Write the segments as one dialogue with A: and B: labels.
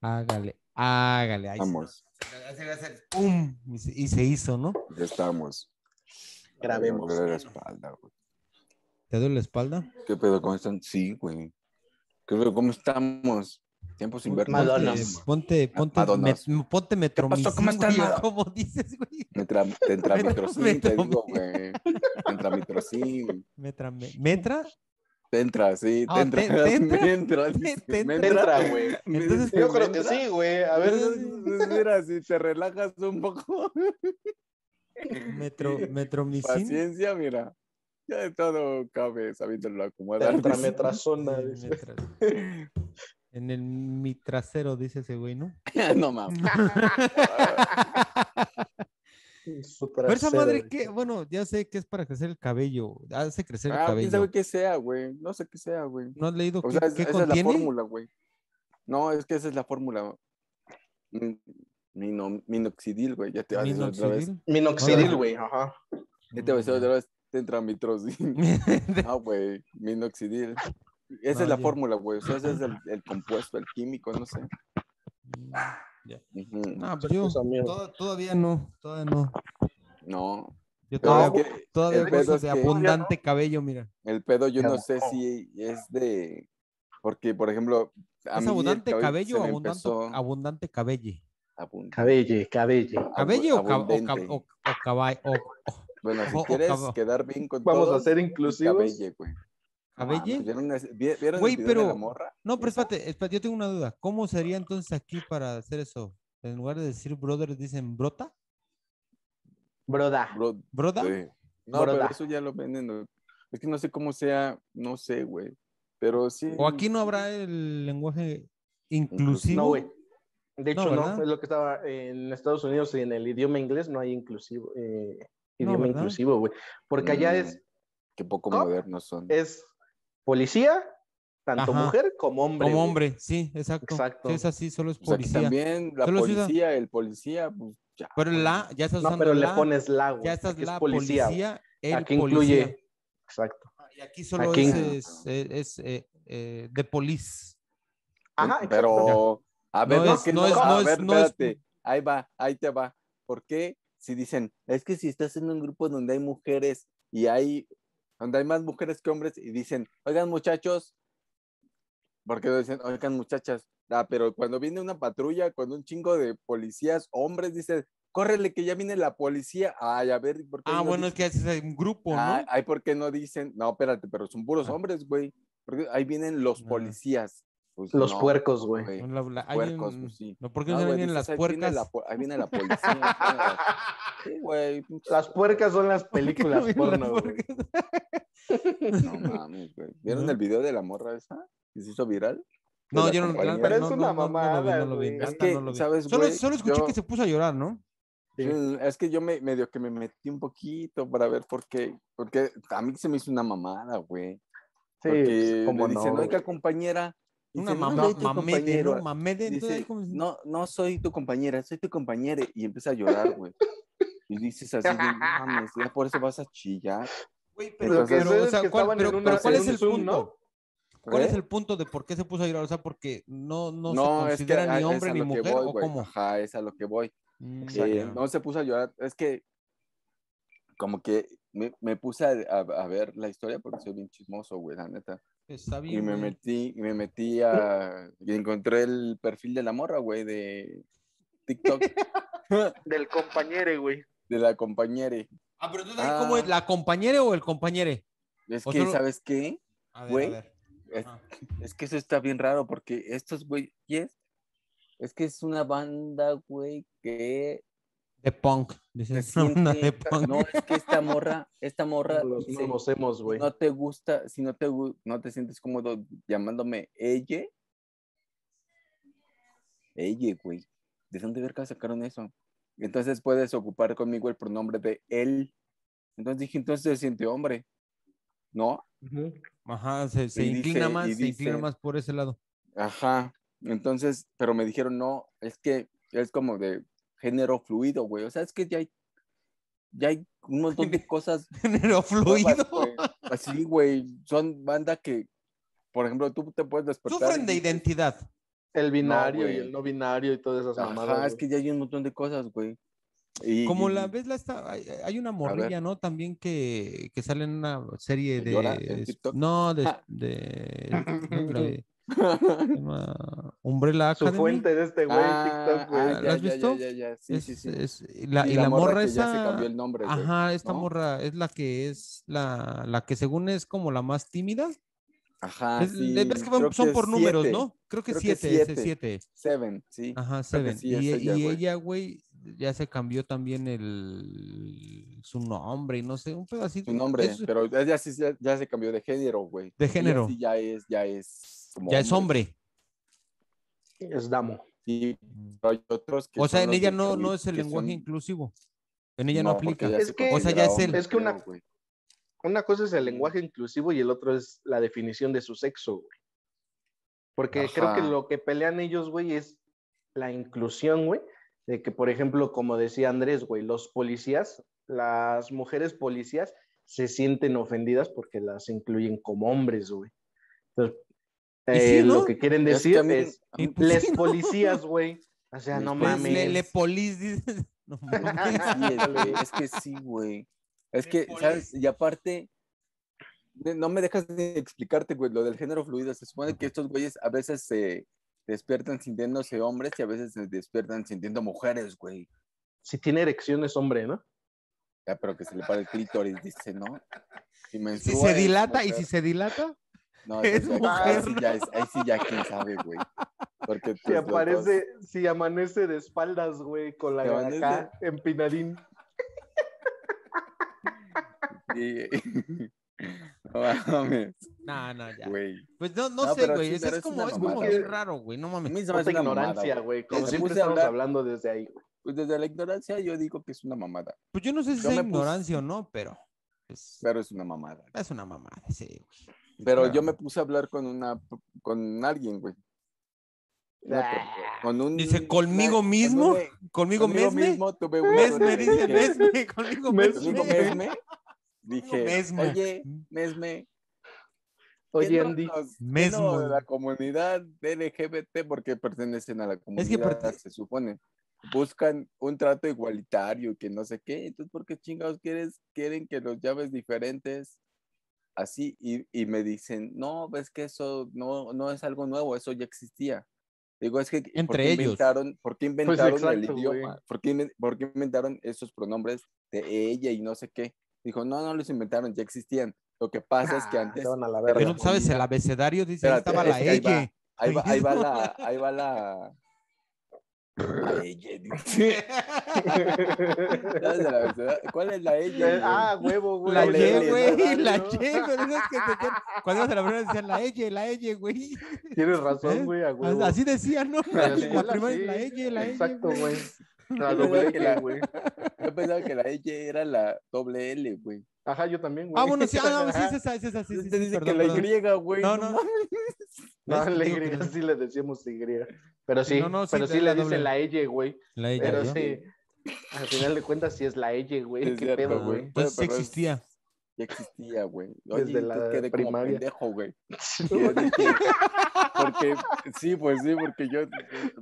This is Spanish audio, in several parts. A: Hágale, hágale. Ahí se-
B: Vamos.
A: ahí se va a hacer ¡pum! Y se- y se hizo, ¿no?
B: Ya estamos.
C: Grabemos.
B: Me duele la espalda, güey.
A: ¿Te duele la espalda?
B: ¿Qué pedo? ¿Cómo están? Sí, güey. ¿Qué pedo? ¿Cómo estamos? Tiempo sin ver.
C: Madonas.
A: Ponte, ponte,
B: Madonas.
A: met- ponte metromicin,
B: pasó? ¿Cómo estás,
A: güey,
B: Mado?
A: ¿Cómo dices, güey?
B: Metra, te entra
A: Metra-
B: mitrocin, te
A: metromil.
B: digo, güey. Te entra mitrocin.
A: Metra, me- metra.
B: Te entra, sí.
A: Ah,
B: Te entra.
A: ¿te- te entra?
B: Me entra.
A: Te-
B: dice,
A: te
B: me
C: Te entra, güey.
B: Me
A: Entonces,
B: dice,
C: Yo
B: ¿me
C: creo que
B: entra?
C: sí, güey. A ver,
B: Entonces, mira, si te relajas un poco,
A: Metro, metromicin.
B: paciencia, mira. Ya de todo cabe sabiéndolo acomodar.
C: tetrametarazona. dice.
A: Metra- En el mi trasero, dice ese güey, ¿no?
B: no mames. Ah,
C: Su
A: Pero esa
C: trasero,
A: madre
C: dice.
A: que, bueno, ya sé que es para crecer el cabello. Hace crecer el
B: Ah, quién
A: cabello.
B: sabe qué sea, güey. No sé qué sea, güey.
A: ¿No has leído
B: O
A: qué,
B: sea, es-
A: qué
B: esa es la
A: contiene?
B: fórmula, güey. No, es que esa es la fórmula. Min- mino- minoxidil, güey. Ya te va a decir otra vez.
A: ¿Minoxidil? Mm,
C: Minoxidil, güey. Ajá.
B: Ya te va a decir otra vez. Tetramitrozin. Ah, güey. Minoxidil. Esa
A: No,
B: es la
A: ya.
B: fórmula, güey. O sea, ese es el, el compuesto, el químico, no sé. Ujú.
A: No, pues yo
C: Esa mierda.
A: to- todavía no, todavía no.
B: No.
A: Yo
B: Pero es
A: todavía,
B: que
A: todavía
B: el pedo
A: gozo
B: es
A: de
B: que-
A: abundante cabello, mira.
B: el pedo yo
C: Ya
B: no
C: no.
B: sé si es de. Porque, por ejemplo. a
A: ¿Es
B: mí el
A: abundante cabello
B: se
A: o
B: me
A: abundante,
B: empezó-
A: abundante cabelle?
B: abund-
C: Cabelle, cabelle.
A: ¿Cabello o, cab- o,
B: abundante.
A: cab- o, o caballo?
B: Bueno, si
A: o
B: quieres
A: cab-
B: quedar bien con
C: Vamos
B: todos,
C: a ser inclusivos.
B: Cabelle, güey. Ah,
A: ¿Cabelle?
B: Mames, ¿Vieron, ese- vi- vieron
A: Güey,
B: el video de la
A: pero-
B: morra?
A: No, pero espérate, espérate, yo tengo una duda. ¿Cómo sería entonces aquí para hacer eso? En lugar de decir brothers, dicen brota,
C: Broda.
B: Bro,
A: broda.
B: sí. No,
C: Broda.
B: pero eso ya lo venden. ¿no? Es que no sé cómo sea, no sé, güey. Pero sí.
A: O aquí no habrá el lenguaje inclusivo.
C: No, güey. De
A: No,
C: hecho, no,
A: ¿verdad?
C: Es lo que estaba en Estados Unidos y en el idioma inglés no hay inclusivo. eh,
A: No,
C: idioma
A: ¿verdad?
C: inclusivo, güey. Porque allá
B: Mm,
C: es,
B: Qué poco
C: ¿Cómo?
B: modernos son.
C: es policía, tanto
A: Ajá.
C: mujer como hombre.
A: Como
C: güey.
A: hombre, sí, exacto.
C: Exacto.
A: Sí, es así, solo es
B: O sea, aquí
A: policía.
B: también la
A: Solo se usa-
B: policía, el policía, pues ya.
A: Pero
B: güey.
A: la, ya estás
C: No,
A: usando
C: pero le
A: la,
C: pones la, güey.
A: ya estás
C: aquí es
A: la
C: policía.
A: policía,
C: güey.
A: el
C: Aquí
A: policía.
C: incluye. Exacto.
A: Y aquí solo
C: Aquí-
A: es, es, es, eh, eh, de police.
C: Ajá, exacto.
B: pero a ver,
A: No
B: ¿por
A: es-
B: qué
A: no es-
B: A
A: no es-
B: ver,
A: no es-
B: espérate. Ahí va, ahí te va. ¿Por qué? Si dicen, es que si estás en un grupo donde hay mujeres y hay, donde hay más mujeres que hombres y dicen, oigan muchachos, porque dicen, oigan muchachas, ah, pero cuando viene una patrulla con un chingo de policías, hombres, dicen, córrele que ya viene la policía. Ay, a ver, ¿y ¿por qué
A: Ah,
B: no
A: bueno, es
B: dicen?
A: que es eh, un grupo, ¿no?
B: Ay, ay, ¿por qué no dicen? No, espérate, pero son puros
A: Ah.
B: hombres, güey. Porque ahí vienen los
A: Ah.
B: policías. Pues
C: Los
B: no,
C: puercos, güey.
B: güey.
A: La- la- hay
B: Puercos,
A: un-
B: pues sí.
A: no, ¿Por qué
B: No,
A: no se
B: güey,
A: vienen
B: dices,
A: las
B: "Ahí viene
A: puercas?
B: la po- ahí viene la policía. ahí viene la- Sí, güey. pinches-
C: Las puercas son las
A: Vienen
C: películas
A: las
C: porno, güey.
A: puercas.
B: No mames, güey. ¿Vieron
A: No.
B: el video de la morra esa? ¿Que se hizo viral?
A: No,
B: la
A: yo no,
B: compañía.
A: la-
C: Pero es
A: no, no,
C: una
A: no, no lo vi,
C: mamada,
A: no lo vi,
C: güey.
A: la
B: Es
A: neta
B: que,
A: no lo vi.
B: ¿sabes,
A: Solo,
B: güey?
A: solo escuché
B: Yo-
A: que se puso a llorar, ¿no?
C: Sí.
B: Mm, Es que yo me medio que me metí un poquito para ver por qué. Porque a mí se me hizo una mamada, güey.
C: Sí,
B: Porque
C: pues, cómo
B: le dicen,
C: no,
B: oiga,
C: güey.
B: compañera.
A: Una
B: Dice, "No,
A: mamá,
B: soy tu
A: mamede,
B: compañero".
A: ¿no? Mamede, entonces ahí
B: Dice,
A: como...
B: no, no soy tu compañera, soy tu compañera. Y empieza a llorar, güey. Y dices así, de, "No mames, ya por eso vas a chillar.
A: Güey,
B: Lo pues, que
C: sucede
A: o
C: es
A: sea,
C: que
A: ¿cuál-
C: estaban
A: pero-
C: en una-
A: pero ¿cuál
B: en
A: es
B: un
A: el
C: Zoom, ¿no?
A: punto? ¿Cuál es
B: ¿Eh?
A: el punto de por qué se puso a llorar? O sea, porque no, no,
B: No,
A: se
B: es que
A: considera
B: a-
A: ni
B: es
A: hombre
B: a
A: ni
B: lo que
A: mujer
B: voy,
A: o
B: güey.
A: cómo.
B: Ajá, es a lo que voy.
A: Mm,
B: Eh,
C: Exacto.
B: no se puso a llorar, es que como que me, me puse a, a- a ver la historia porque soy bien chismoso, güey, la neta.
A: Está bien.
B: Y me
A: güey.
B: metí, y me metí a... Y encontré el perfil de la morra, güey, de TikTok,
C: Del compañero, güey.
B: de la compañera.
A: Ah, pero entonces, ahí ¿cómo es?
B: Ah.
A: ¿La compañera o el compañere?
B: Es
A: O
B: que,
A: solo-
B: ¿sabes qué?
A: A
B: Güey.
A: ver.
B: Es-
A: Ajá.
B: Es que eso está bien raro porque estos güeyes, es que es una banda, güey, que
A: De punk. Dice,
B: se
A: una banda de
B: siente-
A: punk.
B: no, es que esta morra, esta morra
C: Los
B: se-
C: mamos hemos, güey.
B: si no te gusta, si no te gu- no te sientes cómodo llamándome ella, ella, güey, ¿de dónde verga sacaron eso? Entonces puedes ocupar conmigo el pronombre de él. Entonces dije, entonces se siente hombre, ¿no?
C: Ujú.
A: Ajá, se, se
B: Y
A: inclina
B: dice-
A: más,
B: y
A: se inclina
B: dice-
A: más por ese lado.
B: Ajá. Entonces, pero me dijeron, no, es que es como de género fluido, güey. O sea, es que ya hay, ya hay un montón de cosas
A: Género
B: nuevas,
A: fluido.
B: güey. Pues Así, güey. Son banda que, por ejemplo, tú te puedes despertar.
A: Sufren de
B: y dices,
A: identidad.
C: El binario y
B: güey.
C: el no binario y todas esas mamadas.
B: Ajá, es
C: güey.
B: que ya hay un montón de cosas, güey. Y-
A: Como
B: y-
A: la ves, la esta, hay, hay una
B: ver.
A: morrilla, ¿no? También que, que sale en una serie
B: ¿Que
A: de.
B: llora en TikTok? Ah.
A: No, de.
B: Ja.
A: de- ¿no? La de- se llama Umbrella
C: Su
A: Academy.
C: fuente de este güey,
B: Ah,
C: TikTok, güey.
B: ah, ya,
A: ¿La has
B: ya,
A: visto?
B: Ya, ya, ya, sí,
A: Es-
B: sí, sí.
A: es- y la,
B: Y
A: y la morra
B: que
A: esa.
B: Ya se cambió el nombre, güey.
A: Ajá, esta
B: ¿no?
A: morra es la que es la, la que según es como la más tímida.
B: Ajá,
A: Es-
B: Ah, sí.
A: ves que van-
B: creo
A: son por números,
B: siete,
A: ¿no? Creo que
B: Creo que
A: siete, ese
B: siete.
A: siete.
B: Seven, sí.
A: Ajá,
B: Creo que
A: Seven.
B: sí,
A: y,
B: es
A: e-
B: ella,
A: y
B: güey.
A: ella, güey, ya se cambió también el su nombre y no sé, un pedacito.
B: Su nombre,
A: Es-
B: pero ella sí ya, ya se cambió de género, güey.
A: De
B: Ella
A: género.
B: sí ya es, ya es. como
A: ya es hombre.
C: ah, Es Damo.
B: Sí, pero hay otros que
A: O sea,
B: son
A: en
B: los
A: ella
B: de
A: no, no
B: Hollywood
A: es el
B: que
A: lenguaje
B: son-
A: inclusivo. En ella no,
B: porque
A: aplica.
B: ya
C: Es que-
A: O sea, ya es
B: considera
A: él.
B: hombre,
C: Es que una-
B: creo, güey.
C: Una cosa es el lenguaje inclusivo y el otro es la definición de su sexo, güey. Porque creo que
B: Ajá.
C: lo que pelean ellos, güey, es la inclusión, güey. De que, por ejemplo, como decía Andrés, güey, los policías, las mujeres policías se sienten ofendidas porque las incluyen como hombres, güey. Entonces,
A: Y sí,
C: eh,
A: ¿no?
C: lo que quieren
B: Es que
C: decir
B: a
C: es,
B: mí-
A: Y pues
C: les
A: sí, ¿no?
C: policías, güey. O sea,
B: Les
C: no
B: policías,
C: mames.
A: Le, le polis, dices. No mames.
B: Sí, es, güey, es que sí, güey. Es
A: Me
B: que,
A: pone-
B: ¿sabes? Y aparte, de- no me dejas de explicarte, güey, lo del género fluido. Se supone que estos güeyes a veces se despiertan sintiéndose hombres y a veces se despiertan sintiendo mujeres, güey.
C: Si tiene erección es hombre, ¿no?
B: Ya, pero que se le para el clítoris, dice, ¿no?
A: Si
B: Si, menstrua
A: se
B: es
A: dilata y
B: mujer.
A: si se dilata,
B: No,
A: es
B: eso ya- ahí
A: mujer,
B: sí
A: ¿no?
B: ya es- ahí sí ya quién sabe, güey. Porque
C: Si
B: pues, los dos-
C: aparece, si amanece de espaldas, güey, con la
B: Si amanece.
C: acá empinadín.
B: sí. No mames,
A: no, no, ya.
B: güey.
A: Pues no, no,
B: No,
A: sé,
B: pero
A: güey.
B: sí,
A: es-
B: pero
A: es,
B: es
A: como,
B: una
A: es como
B: mamada,
A: bien
C: güey.
A: raro, güey. No
B: A
A: mames.
B: mí se me
C: Es
B: hace una mamada,
C: ignorancia, güey. Como
B: Me
C: siempre
B: puse a
C: estamos
B: hablar-
C: hablando desde ahí, güey.
B: Pues desde la ignorancia yo digo que es una mamada,
A: Pues yo no sé si sea
B: Yo me puse-
A: ignorancia o no, pero pues,
B: pero es una mamada.
A: es una mamada, sí, güey.
B: Pero yo
A: Claro.
B: me puse a hablar con una con alguien, güey. No,
C: Ah.
B: con un
A: Dice, ¿conmigo
B: una-
A: mismo?
B: con un-
A: Conmigo,
B: conmigo
A: mesme.
B: mismo tuve una
A: Mesme,
B: donde
A: dice
B: dije-
A: mesme. Conmigo mesme.
B: Conmigo mesme. Dije,
A: mesmo.
B: oye, mesme, ¿qué
C: Oye,
B: no
C: Andy,
B: nos- qué no
A: Mesmo.
B: de la comunidad LGBT porque pertenecen a la comunidad,
A: parte-
B: se supone. Buscan un trato igualitario, que no sé qué. Entonces, ¿por qué chingados quieres, quieren que los llaves diferentes? Así, y, y me dicen, no, ves que eso no, no es algo nuevo, eso ya existía. Digo, es que ¿por qué
A: Entre ellos.
B: inventaron, ¿por qué inventaron el
C: Pues, exacto, güey.
B: idioma? ¿Por qué, inven- ¿Por qué inventaron esos pronombres de ella y no sé qué? Dijo, no, no los inventaron, ya existían. Lo que pasa es que
C: Ah,
B: antes
C: se van a la
B: pero
A: Que
C: verga.
A: no sabes el abecedario, dice, ahí
B: Espérate,
A: estaba
B: es
A: la
B: que ahí va.
A: L.
B: Ahí va,
A: Ahí
B: ahí va la, ahí va la. La ella, dice. Ya se la verdad, ¿Cuál es la E, ella? güey?
C: ah, huevo, güey.
A: La
B: Doble
A: Y,
B: L,
A: güey,
C: ¿no?
A: la Y, güey, de esas que decían- cuando ibas a la primera decían la Y, la Y, güey.
C: Tienes
A: ¿Eh?
C: razón, güey, a huevo.
A: Así decían, ¿no?
C: En
A: La
C: escuela,
A: primera
C: sí.
A: la Y, la Y.
C: Exacto,
A: güey.
C: güey. La
B: Yo
C: doble
B: pensaba que la-
C: L, güey.
B: Yo pensaba que la ella era la doble L, güey.
C: Ajá, yo también, güey.
A: Ah, bueno, sí, ah, no, sí, es esa, es esa, sí, sí, sí,
B: Te dice
A: perdón,
B: que la
A: perdón.
B: griega, güey.
A: No, no.
C: No, la
A: Digo que
C: Y
A: no.
C: sí le decíamos Y. Pero sí,
A: No, no, sí,
C: pero sí
A: es
C: le
A: la doble.
C: dicen la Y, güey.
A: La ella,
C: Pero
A: ¿no?
C: sí, al final de cuentas sí es la Y, güey.
B: Es
C: ¿Qué
B: cierto,
C: pedo,
A: Ah,
C: güey? Pues
A: Entonces sí
B: Pero es-
A: existía.
B: Ya existía, güey. Oye,
C: Desde
B: Desde
C: la
B: quedé como
C: primaria.
B: pendejo, güey. Yo dije, Porque, sí, pues sí, porque yo,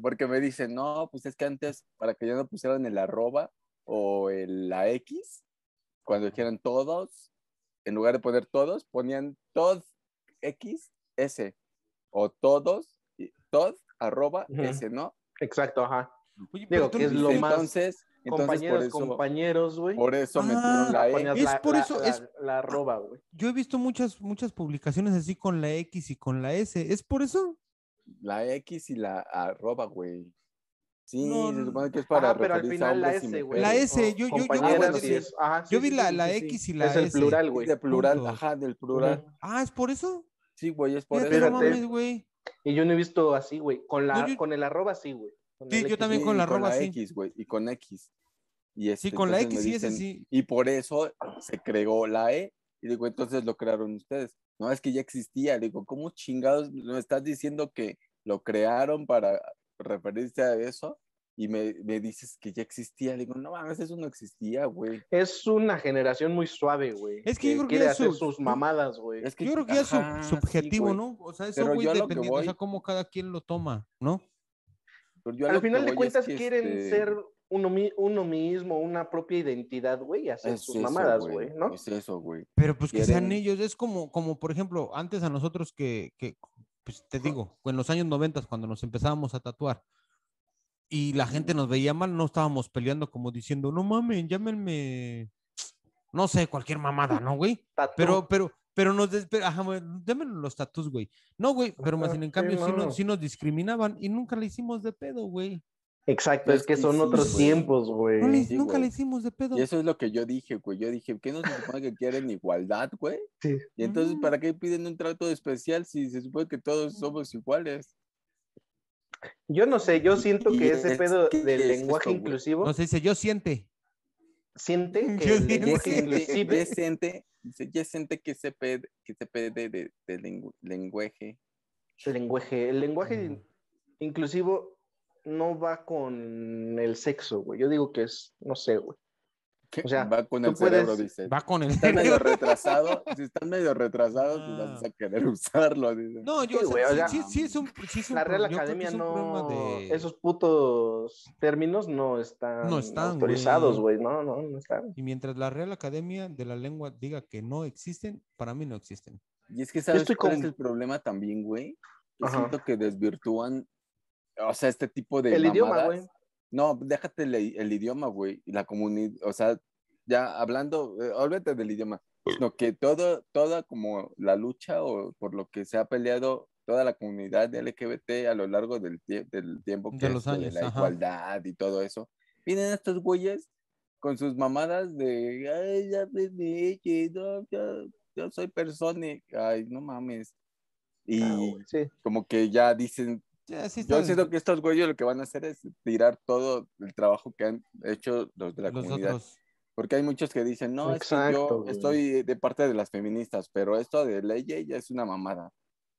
B: porque me dicen, no, pues es que antes, para que ya no pusieran el arroba o el, la X, cuando dijeran todos, en lugar de poner todos, ponían todos X, S, o todos, y- todos, arroba,
C: Ujú.
B: S, ¿no?
C: Exacto, ajá.
A: Oye,
C: Digo,
A: tú
C: que
A: no
C: es lo
A: dices-
C: más-
B: entonces, entonces por
C: compañeros,
B: eso,
C: compañeros, güey.
B: por eso
A: Ah,
B: metieron
C: La
B: la E.
C: ponías
A: Es por eso,
C: la,
A: es-
C: la arroba, güey.
A: Yo he visto muchas, muchas publicaciones así con la X y con la S. ¿Es por eso?
B: La X y la arroba, güey. Sí,
A: No,
B: se
A: no.
B: supone que es para
C: Ajá, Ah, pero al
B: referirse a
C: final la
B: hombres y
C: S, güey.
A: La
B: mujeres.
A: S, yo- yo- yo-
C: Compañeras,
B: ah, bueno,
C: sí
B: sí.
C: es. Ajá, sí,
A: Yo vi
C: sí,
A: la,
C: sí,
A: la
C: sí, sí.
A: X y la
C: Es
A: S.
C: el plural, güey.
B: De plural,
A: Juntos.
B: ajá, del plural.
C: Ujú.
A: Ah, ¿es por eso?
B: Sí, güey, es por
A: Fíjate,
B: eso.
A: no
C: Espérate.
A: mames, güey.
C: Y yo no he visto así, güey. Con, la,
A: No, yo-
C: con el arroba, sí, güey. Con
A: Sí,
C: el
A: yo
C: X,
A: también
C: sí.
A: con la arroba, sí.
B: X, güey, y con X. Y
A: Sí,
B: este,
A: con la
B: entonces
A: X
B: me
A: y S,
B: dicen,
A: sí.
B: Y por eso se creó la E. Y digo, entonces lo crearon ustedes. No, es que ya existía. Digo, ¿cómo chingados me estás diciendo que lo crearon para referirse a eso? y me, me dices que ya existía. Le digo, no mames, eso no existía, güey.
C: Es una generación muy suave, güey.
A: Es que yo creo que
C: quiere
A: ya
C: hacer
A: su-
C: sus mamadas, güey.
B: Es que-
A: Yo creo que ya es sub-
B: ajá, sí,
A: subjetivo,
B: güey.
A: ¿no? O sea, eso,
B: Pero
A: güey,
B: yo a lo que
A: dependiendo, o sea,
B: voy-
A: cómo cada quien lo toma, ¿no?
B: Pero yo a
C: Al
B: lo que
C: final de
B: voy es
C: cuentas
B: que,
C: quieren
B: este,
C: ser uno, mi- uno mismo, una propia identidad, güey, y hacer
B: es
C: sus
B: eso,
C: mamadas, güey, ¿no?
B: Es eso, güey.
A: Pero pues que sean
B: Quieren-
A: ellos, es como, como por ejemplo, antes a nosotros que, que, pues te digo, en los años noventas cuando nos empezábamos a tatuar y la gente nos veía mal, no estábamos peleando como diciendo, no mamen, llámenme, no sé, cualquier mamada, ¿no, güey?
C: Tatú.
A: Pero, pero, pero nos des- pero, ajá, güey, llámenlo los tatus, güey. No, güey, pero más
C: Ajá,
A: en
C: sí,
A: cambio sí,
C: no, no.
A: nos, sí nos discriminaban y nunca le hicimos de pedo, güey.
C: Exacto, es
B: Es
C: que
B: que
C: son
B: pues, sí,
C: otros
B: güey.
C: tiempos, güey.
A: No le-
B: sí,
A: nunca
B: güey.
A: le hicimos de pedo.
B: Y eso es lo que yo dije, güey. Yo dije, ¿qué no se supone que quieren igualdad, güey?
C: Sí.
B: Y entonces,
A: Ujú.
B: ¿para qué piden un trato especial si se supone que todos somos iguales?
C: Yo no sé, yo siento
B: Y
C: que ese
B: es
C: pedo
B: que
C: del
B: es
C: lenguaje
B: esto, güey.
C: inclusivo
A: No se dice, yo siente.
C: siente que
A: Yo
C: el
A: siento
C: lenguaje
A: que-
B: Decente,
C: inclusive
B: decente, dice, decente que se pede, que se pede de, de lengu- lenguaje.
C: lenguaje, el lenguaje
A: Mm.
C: inclusivo no va con el sexo, güey. Yo digo que es, no sé, güey.
B: que
C: O sea,
B: va con
C: tú
B: el cerebro,
C: puedes-
B: dice.
A: Va con el...
B: Si están medio retrasados, si están medio retrasados, pues
A: Ah.
B: vamos a querer usarlo, dice.
A: No, yo
C: Sí,
A: o sea,
C: güey, o
A: sí,
C: sea,
A: sí, sí es un, sí es un
C: La Real
A: pro- yo creo que
C: Academia
A: es un problema
C: no,
A: de-
C: esos putos términos no están,
A: No están,
C: autorizados, güey. No, no, no están.
A: Y mientras la Real Academia de la Lengua diga que no existen, para mí no existen.
B: Y es que sabes
C: estoy
B: cuál
C: con-
B: es el problema también, güey. Yo
C: Ajá.
B: siento que desvirtúan, o sea, este tipo de
C: El idioma,
B: mamadas.
C: güey.
B: No, déjate el, el idioma, güey. y La comunidad, o sea, ya hablando, eh, olvídate del idioma, sino que todo, toda como la lucha o por lo que se ha peleado toda la comunidad LGBT a lo largo del, tie- del tiempo
A: De
B: que
A: los
B: este,
A: años,
B: la
A: ajá.
B: igualdad y todo eso. Vienen estos güeyes con sus mamadas de, ay, ya me dije, no, yo, yo soy persona, ay, no mames. Y
C: Ah, güey, sí.
B: como que ya dicen,
A: Ya, sí
B: yo
A: está-
B: siento que estos güeyes lo que van a hacer es tirar todo el trabajo que han hecho los de la
A: los
B: comunidad.
A: otros.
B: Porque hay muchos que dicen, no, es que
C: Exacto,
B: yo
C: güey.
B: estoy de parte de las feministas, pero esto de ley ya es una mamada.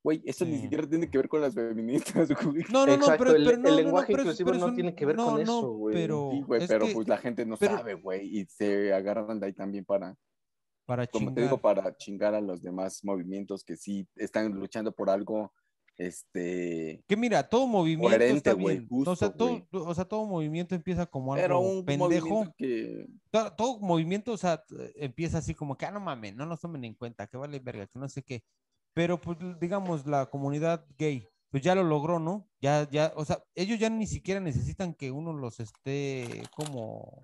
B: Güey, eso ni
A: Sí.
B: siquiera tiene que ver con las feministas, güey.
A: No, no, no,
C: Exacto,
A: pero,
C: el-
A: pero
C: el
A: no, no, no,
C: lenguaje
A: pero es-
C: inclusivo
A: pero es
C: no
A: un-
C: tiene que ver
A: no,
C: con
A: no,
C: eso, güey.
A: Pero,
B: Sí, güey,
A: es
B: pero
A: que
B: pues la gente no
A: pero-
B: sabe, güey, y se agarran de ahí también para,
A: para
B: como
A: chingar.
B: te digo, para chingar a los demás movimientos que sí están luchando por algo, este,
A: Que mira, todo movimiento está
B: Coherente, güey,
A: bien. o, sea,
B: justo,
A: todo,
B: güey.
A: o sea, todo movimiento empieza como algo
B: pero un
A: pendejo.
B: movimiento que
A: to- todo movimiento, o sea, t- empieza así como que, ah, no mames, no nos tomen en cuenta, que vale verga, que no sé qué. Pero, pues, digamos, la comunidad gay, pues ya lo logró, ¿no? Ya, ya, o sea, ellos ya ni siquiera necesitan que uno los esté como...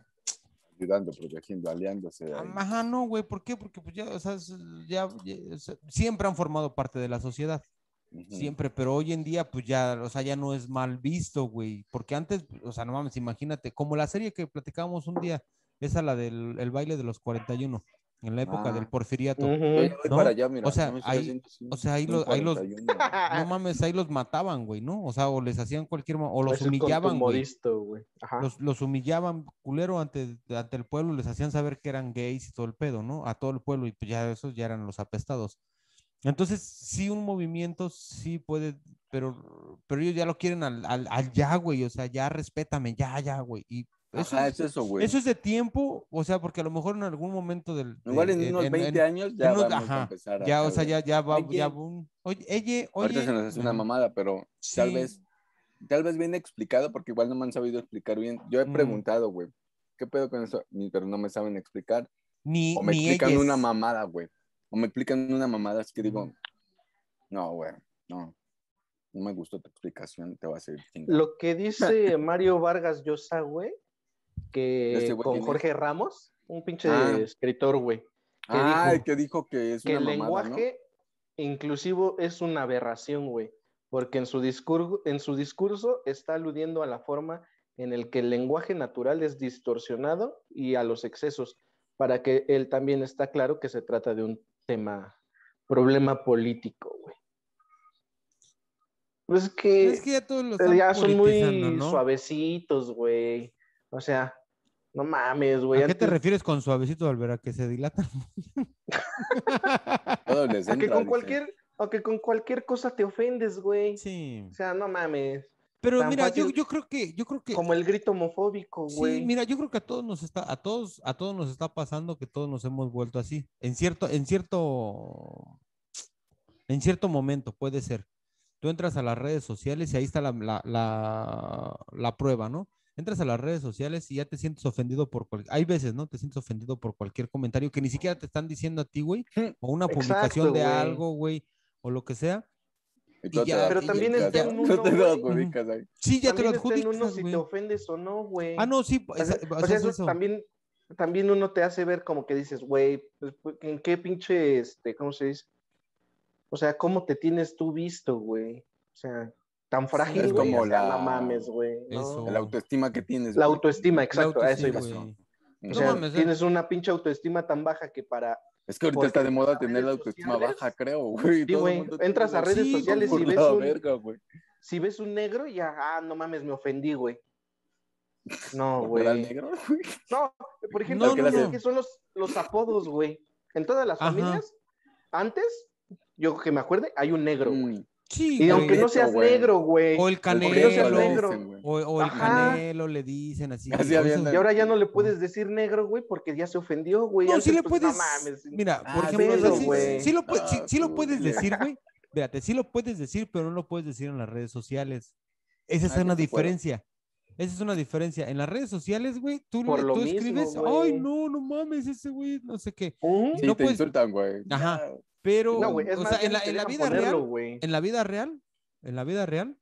B: ayudando, protegiendo, aliándose. ahí.
A: Ajá, no, güey, ¿por qué? Porque, pues, ya, o sea, es- ya, ya, o sea, siempre han formado parte de la sociedad,
B: Ujú.
A: siempre, pero hoy en día, pues, ya, o sea, ya no es mal visto, güey, porque antes, o sea, no mames, imagínate, como la serie que platicábamos un día, esa la del el baile de los 41, en la época
B: Ah.
A: del porfiriato.
B: Oye,
C: Ujú.
B: voy
A: ¿no?
B: para allá, mira,
A: O sea,
B: no me estoy
A: ahí-
B: haciendo así,
A: o sea, ahí
B: un
A: lo- ahí los-
B: 41.
A: No mames, ahí los mataban, güey, ¿no? O sea, o les hacían cualquier... ma- O los
C: Eso es con tu
A: pues humillaban, güey.
C: modisto, güey. Ajá.
A: Los, los humillaban, culero, ante, ante el pueblo, les hacían saber que eran gays y todo el pedo, ¿no? A todo el pueblo, y pues ya esos ya eran los apestados. Entonces, sí, un movimiento sí puede, pero, pero ellos ya lo quieren al, al, al ya, güey, o sea, ya respétame, ya, ya, güey. Y eso,
B: Ajá,
A: es,
B: es eso, güey.
A: eso es de tiempo, o sea, porque a lo mejor en algún momento del... de-
B: Igual en unos 20 años ya
A: unos-
B: vamos
A: ajá,
B: a empezar.
A: Ya,
B: acá,
A: o sea,
B: güey.
A: ya, ya va,
B: Oye.
A: ya un- Oye, oye,
B: Ahorita
A: oye.
B: se nos hace una
A: Ajá.
B: mamada, pero tal
A: Sí.
B: vez, tal vez viene explicado porque igual no me han sabido explicar bien. Yo he
A: Mm.
B: preguntado, güey, ¿qué pedo con eso? Ni- Pero no me saben explicar.
A: Ni,
B: O me
A: ni
B: explican
A: ellas.
B: una mamada, güey. O me explican una mamada, es que digo,
A: Ujú.
B: no, güey, no. No me gustó tu explicación, te va a seguir chingando.
C: Lo que dice Mario Vargas Llosa, güey, que
B: Ese güey
C: con
B: tiene-
C: Jorge Ramos, un pinche
B: Ah.
C: escritor, güey, que
B: Ah,
C: dijo
B: el que dijo que es
C: que el
B: una mamada, ¿no?
C: lenguaje inclusivo es una aberración, güey, porque en su, discurso, en su discurso está aludiendo a la forma en el que el lenguaje natural es distorsionado y a los excesos, para que él también está claro que se trata de un tema, problema político, güey. Pues que...
A: Es que ya todos los
C: Pero ya son muy
A: ¿no?
C: suavecitos, güey. O sea, no mames, güey.
A: ¿A qué te
C: antes-
A: refieres con suavecito, Albera? Que se dilatan.
B: Todo les
C: a que
B: entra,
C: con
B: dice.
C: cualquier, a que con cualquier cosa te ofendes, güey.
A: sí.
C: O sea, no mames.
A: Pero
C: Tan
A: mira, yo,
C: fácil
A: yo creo que, yo creo que,
C: Como el grito homofóbico, güey.
A: sí, mira, yo creo que a todos nos está, a todos, a todos nos está pasando que todos nos hemos vuelto así. En cierto, en cierto, en cierto momento puede ser. Tú entras a las redes sociales y ahí está la, la, la- la prueba, ¿no? Entras a las redes sociales y ya te sientes ofendido por cualquier, hay veces, ¿no? Te sientes ofendido por cualquier comentario que ni siquiera te están diciendo a ti, güey,
B: Hmm.
A: o una
C: Mm, Exacto,
A: publicación de
C: güey.
A: algo, güey, o lo que sea.
B: Y tú
A: ya,
B: te das-
A: pero también
B: te
A: está
B: das-
A: en
B: tú
C: uno,
B: te das
C: güey.
B: ubicas ahí.
A: Sí, ya te lo
C: También está en
A: adjudicas,
C: uno si
A: güey.
C: te ofendes o no, güey.
A: Ah, no, sí,
C: O sea,
A: esa-
C: o
A: o
C: sea,
A: sea,
C: eso
A: eso.
C: también, también uno te hace ver como que dices, güey, pues, pues, ¿en qué pinche, este, cómo se dice? O sea, ¿cómo te tienes tú visto, güey? O sea, tan frágil,
A: es
C: güey,
A: como
C: o sea,
B: la-
C: no mames, güey. ¿no?
A: Eso.
B: La autoestima que tienes.
C: La
B: güey.
C: autoestima,
A: La
C: exacto, a eso
A: autoestima,
C: iba.
B: ibas,
A: güey.
C: O
A: No
C: sea,
A: mames, ¿eh?
C: tienes una pinche autoestima tan baja que para...
B: Es que ahorita
C: Porque
B: está de moda
C: las
B: tener la
C: redes
B: autoestima
C: sociales-
B: baja, creo, güey.
C: Sí,
B: Todo el
C: güey,
B: mundo
C: entras
B: tiene
C: a redes
B: así,
A: sociales
B: por
A: y
C: ves
B: la
C: un-
B: verga, güey.
C: Si ves un negro, ya, ah, no mames, me ofendí, güey. No,
B: Por ver al
C: güey.
B: negro, güey.
C: No, por ejemplo,
A: No,
C: ¿qué
A: no,
C: crees
A: no.
C: que son los, los apodos, güey. En todas las
A: Ajá.
C: familias, antes, yo que me acuerde, hay un negro, güey.
B: Mm,
A: Sí,
C: Y
A: güey.
C: aunque no
B: Neto,
C: seas
B: güey.
C: negro, güey.
A: O el
B: por
C: no seas
A: canelo.
B: lo
C: negro.
B: dicen, güey.
A: O, o el
C: Ajá.
A: canelo le dicen así.
B: Así
A: o
B: había
A: eso-
B: en la-
C: Y ahora ya no le puedes decir negro, güey, porque ya se ofendió, güey.
A: No,
C: Antes,
A: sí le
C: pues,
A: puedes.
C: mames.
A: Mira, por
B: Ah,
A: ejemplo, o sea,
C: pero,
A: sí-
C: güey.
A: sí, lo pue-
B: Ah,
A: sí- sí lo puedes
B: güey.
A: decir, güey. Espérate, sí lo puedes decir, pero no lo puedes decir en las redes sociales. Esa es
B: Ah, yo
A: una
B: te puedo.
A: diferencia. Esa es una diferencia. En las redes sociales, güey, tú,
C: Por
A: le-
C: lo
A: tú
C: mismo,
A: escribes, ay,
C: güey.
A: no, no mames, ese güey, no sé qué.
C: ¿Mm?
B: Sí,
A: No
B: te
A: puedes-
B: insultan, güey.
A: Ajá.
B: Ah,
A: Pero,
C: No, güey, es
A: o
C: más,
A: sea,
C: ya
A: en
C: ni
A: la,
C: te
A: en la
C: dejan
A: vida
C: ponerlo,
A: real,
C: güey.
A: en la vida real, en la vida real,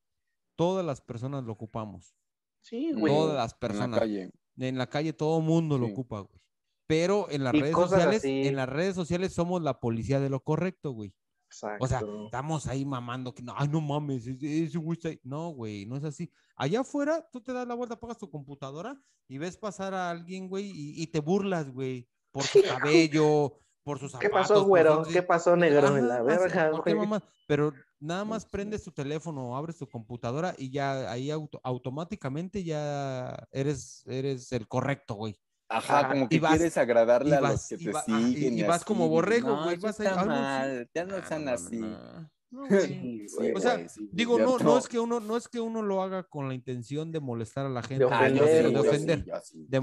A: todas las personas lo ocupamos.
C: Sí, güey.
A: Todas las
B: En
A: personas.
B: la calle.
A: En la calle todo mundo lo
B: Sí.
A: ocupa, güey. Pero en las
C: Y
A: redes
C: cosas
A: sociales,
C: así.
A: en las redes sociales somos la policía de lo correcto, güey.
C: Exacto.
A: O sea, estamos ahí mamando que no, ay, no mames, ese ese güey está ahí". No, güey, no es así. Allá afuera, tú te das la vuelta, apagas tu computadora y ves pasar a alguien, güey, y, y te burlas, güey, por su cabello, por sus
C: ¿Qué
A: zapatos.
C: pasó,
A: por
C: güero?
A: sus-
C: ¿Qué pasó, negro? en la
A: Ajá,
C: verga,
A: ¿por qué
C: güey. Pues
A: mamás? Pero nada más prendes tu teléfono, abres tu computadora y ya ahí auto- automáticamente ya eres, eres el correcto, güey.
B: Ajá,
C: Ajá,
B: como
A: y
B: que
A: vas-
B: quieres agradarle
A: y
B: a los
A: vas-
B: que
A: y
B: te
A: va- ajá, y-
B: siguen.
A: y vas como
B: así,
A: borrego,
B: no,
A: güey,
B: eso
A: vas ahí,
B: está
A: ah, no, sí.
B: mal, ya no
A: Ah,
B: están
A: no,
B: así.
A: no, no, güey.
B: Sí,
C: güey.
A: O sea,
B: güey, sí,
A: Digo, no,
B: cierto.
A: no es que uno, no es que uno lo haga con la intención de molestar a la gente,
B: Ah, yo sí,
C: ofender,
A: de
B: yo
C: güey.
A: ofender,
B: sí, yo sí.
A: de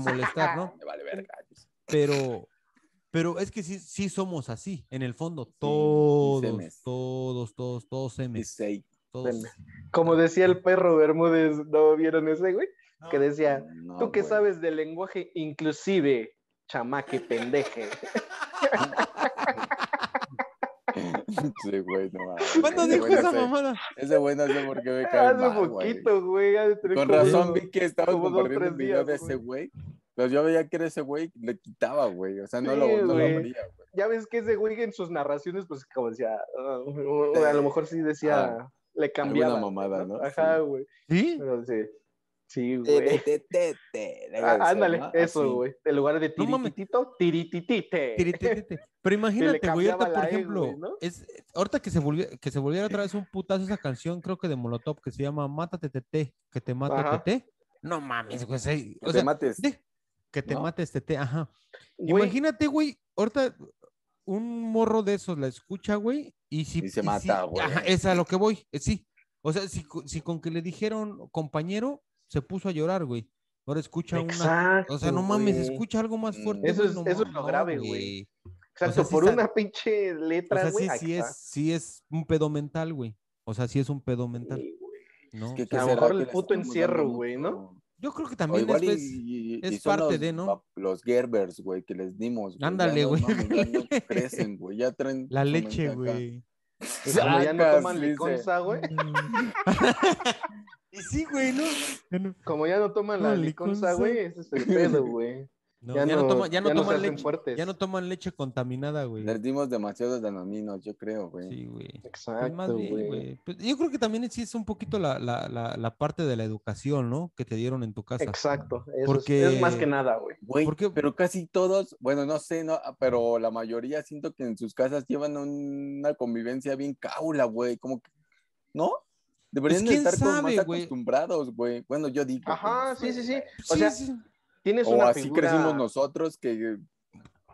A: molestar, ¿no?
B: Me vale verga. yo sí.
A: Pero, pero es que sí, sí somos así, en el fondo,
B: semes.
A: todos, todos, todos, todos semes,
B: Dice,
A: todos.
C: Semes. Como decía el perro Bermúdez, ¿no vieron ese, güey? Que decía,
B: no,
C: tú que
B: güey.
C: sabes del lenguaje inclusive, chamaque pendeje.
B: Sí, güey, no mames.
A: ¿Cuándo
B: Ese
A: dijo
B: güey no
A: esa
B: sé-
A: mamada?
B: Ese güey no sé por qué me cae
C: Hace
B: mal, güey.
C: poquito, güey. ha de tener
B: Con
C: como
B: razón
C: unos-
B: vi que estaba
C: como dos,
B: compartiendo
C: tres
B: un video de
C: días,
B: ese güey. Pero yo veía que era ese güey, le quitaba, güey. O sea, no lo,
C: Sí,
B: no lo
C: güey.
B: abría, güey.
C: ya ves que ese güey en sus narraciones, pues como decía, ah, u- u- a lo mejor sí decía,
B: Ah,
C: le cambiaba.
B: mamada, ¿no?
C: Ajá,
B: Sí.
C: güey.
A: ¿Sí?
C: Pero sí, sí,
B: Te,
C: güey.
B: te, te, te, le
C: Ah,
B: decía,
C: Ándale,
B: ¿no? Así.
C: eso, güey. En lugar de
A: No mames.
C: tirititito, tirititite.
A: Tirititite. Pero imagínate, güey,
C: cambiaba
A: ahorita, por
C: la E,
A: ejemplo,
C: güey, ¿no?
A: es, ahorita que se, volvió, que se volviera otra vez un putazo esa canción, creo que de Molotov, que se llama Mátate, Tete, que te mata,
C: Ajá.
A: Tete. No mames, güey. sí,
B: Que
A: O
B: te
A: sea,
B: mates.
A: de- que te
B: ¿no?
A: mates, Tete, ajá.
C: Güey,
A: Imagínate, güey, ahorita un morro de esos la escucha, güey, y si...
B: Y se
A: si-
B: mata, güey.
A: ajá, es a lo que voy, eh, sí. O sea, si, co- si con que le dijeron compañero, se puso a llorar, güey. Ahora escucha una...
C: Exacto.
A: O sea, no mames,
C: güey.
A: escucha algo más
B: Mm.
A: fuerte.
C: Eso
A: güey,
C: es-
A: no
C: eso es lo
A: mames,
C: grave, güey. Exacto,
A: o sea, sí
C: por
A: está-
C: una pinche
A: O
C: letra,
A: sea, sí,
C: güey. ahí
A: sí
C: está.
A: es, sí es un pedo mental, güey. O sea, sí es un pedo mental,
C: Sí, güey.
A: ¿no?
B: Es que,
A: O
B: ¿qué
A: sea,
C: a lo
B: será
C: mejor
B: que
C: el
B: le
C: puto
B: estamos dando
C: encierro,
B: mucho?
C: güey, ¿no?
A: yo creo que
B: O
A: también
B: igual
A: es,
B: y-
A: ves-
B: y- y
A: es
B: son
A: parte
B: los
A: de, ¿no?
B: pap- Los Gerbers, güey, que les dimos. ya
A: Ándale,
B: no
A: güey.
B: mames, ya no crecen, güey. Ya traen.
A: la
B: su
A: leche,
B: mensaje.
A: güey.
C: Como ya no
B: Sacas,
C: toman
B: dice.
C: liconza, güey.
A: y sí, güey, ¿no? Ya no,
C: Como ya no toman la
A: No,
C: liconza,
A: liconza.
C: güey, ese es el pedo, güey.
A: no, ya no toma- ya no
C: ya
A: toman
C: se hacen pues.
A: leche.
C: fuertes.
A: Ya no toman leche contaminada, güey.
B: Les dimos demasiados danoninos, yo creo, güey.
A: Sí, güey. Pues más
C: Exacto,
A: bien,
C: güey.
A: güey. Pues yo creo que también sí es un poquito la, la, la, la parte de la educación, ¿no? Que te dieron en tu casa.
C: Exacto, eso es-
A: Porque-
C: es más que nada, güey.
B: Güey,
A: ¿Por qué?
B: pero casi todos, bueno, no sé, no, ah, pero la mayoría siento que en sus casas llevan una convivencia bien caula, güey, como que, ¿no? Deberían
A: Pues,
B: de
A: ¿quién
B: estar como
A: sabe,
B: más
A: güey?
B: acostumbrados, güey. Bueno, yo digo.
C: Ajá,
B: pues,
C: sí, sí, sí.
B: güey.
C: O
A: Sí,
C: sea,
A: sí.
C: tienes
B: O
C: una
B: así
C: figura...
B: crecimos nosotros que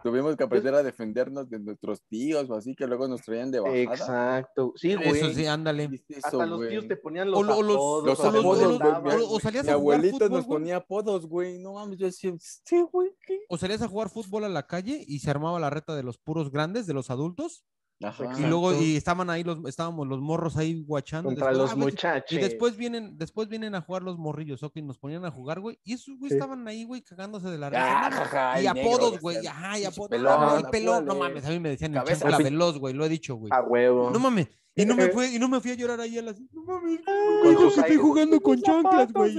B: Tuvimos que aprender a defendernos de nuestros tíos o así, que luego nos traían de bajada.
C: Exacto. Sí, güey.
A: Eso sí, ándale.
B: ¿Viste
C: Hasta
B: eso,
C: los
B: güey?
C: tíos te ponían los
A: O lo- o los-
C: apodos,
B: los
C: o te
B: apodos, güey,
C: mandaban,
B: güey.
A: O, o salías
B: Mi
A: a jugar
B: abuelito
A: fútbol,
B: nos
A: güey.
B: ponía apodos, güey. No mames, yo decía, sí, güey, ¿qué?
A: O salías a jugar fútbol a la calle y se armaba la reta de los puros grandes, de los adultos,
B: Ajá.
A: y luego
C: Exacto.
A: y estaban ahí los, estábamos los morros ahí guachando.
C: Contra
A: después,
C: los
A: "Ah, vete".
C: muchachos.
A: Y después vienen, después vienen a jugar los morrillos, ok, nos ponían a jugar, güey, y esos güey
C: Sí.
A: estaban ahí, güey, cagándose de la risa.
B: Ah,
A: no,
B: jaja,
A: y
B: el negro,
A: apodos,
B: decían.
A: güey, ajá, y
B: Pinche
A: apodos.
B: pelón,
A: no, mames,
B: apúrale.
A: pelón, no mames, a mí me decían el
B: Cabeza.
A: chango la veloz, güey, lo he dicho, güey.
C: A huevo.
A: No mames, y no me fue, y no me fui a llorar ahí a las. No mames,
C: Con
A: güey,
C: tus
A: que estoy
C: aires.
A: jugando con chanclas, güey.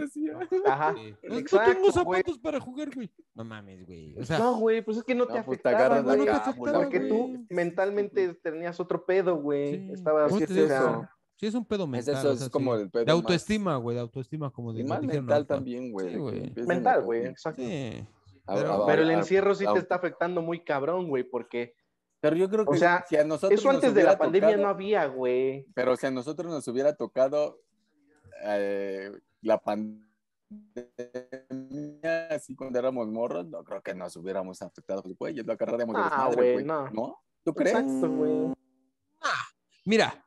C: Ajá.
A: Eh,
C: Ah,
A: No, no
C: exacto,
A: tengo
C: güey.
A: zapatos para jugar, güey. No mames, güey. O sea,
C: no, güey, pues es que no, te
B: No, pues te
C: afectaba,
B: agarran
C: güey.
A: no te
B: acá,
A: afectaba,
C: Porque tú
A: güey.
C: mentalmente tenías otro pedo, güey.
A: Sí.
C: Estabas.
A: ¿Cómo
B: Es
A: te
B: que es
A: digo?
B: eso.
A: sí es un pedo
B: Es
A: mental.
B: eso,
A: o
B: es
A: sea, sí.
B: como el pedo.
A: De
B: más-
A: autoestima, güey, de autoestima, como
B: Y
A: de
B: más
A: nos dijeron
B: mental
A: ahorita.
B: también, güey.
A: Sí, güey.
B: Empiezan
C: mental,
B: a-
C: güey, exacto.
A: Sí.
B: a-
A: Pero-
B: a-
C: Pero el
B: a-
C: encierro sí
B: a-
C: te está afectando muy cabrón, güey, porque
B: Pero yo creo que
C: O sea,
B: si a nosotros
C: eso antes
B: nos
C: de la
B: hubiera
C: pandemia
B: tocado-
C: no había, güey.
B: Pero si a nosotros nos hubiera tocado eh, la pandemia, así cuando éramos morros, no creo que nos hubiéramos afectado, pues, güey, ya lo agarraríamos de
C: Ah,
B: desmadre,
C: güey,
B: güey.
C: no.
B: ¿Tú crees?
C: Exacto, güey.
A: Mira,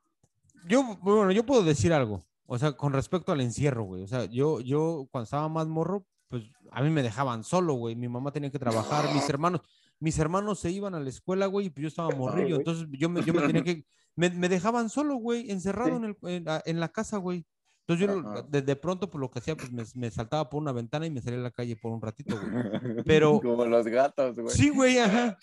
A: yo, bueno, yo puedo decir algo. O sea, con respecto al encierro, güey. O sea, yo, yo cuando estaba más morro, pues a mí me dejaban solo, güey. Mi mamá tenía que trabajar, mis hermanos, mis hermanos se iban a la escuela, güey, y pues yo estaba morrillo.
C: güey.
A: Entonces yo me, yo me tenía que, me, me dejaban solo, güey, encerrado
C: Sí.
A: en, el- en la, en la casa, güey. Entonces yo
B: Ajá.
A: lo- de, de pronto, pues lo que hacía, pues me, me saltaba por una ventana y me salía a la calle por un ratito, güey. Pero-
B: Como los gatos, güey.
A: Sí, güey, ajá.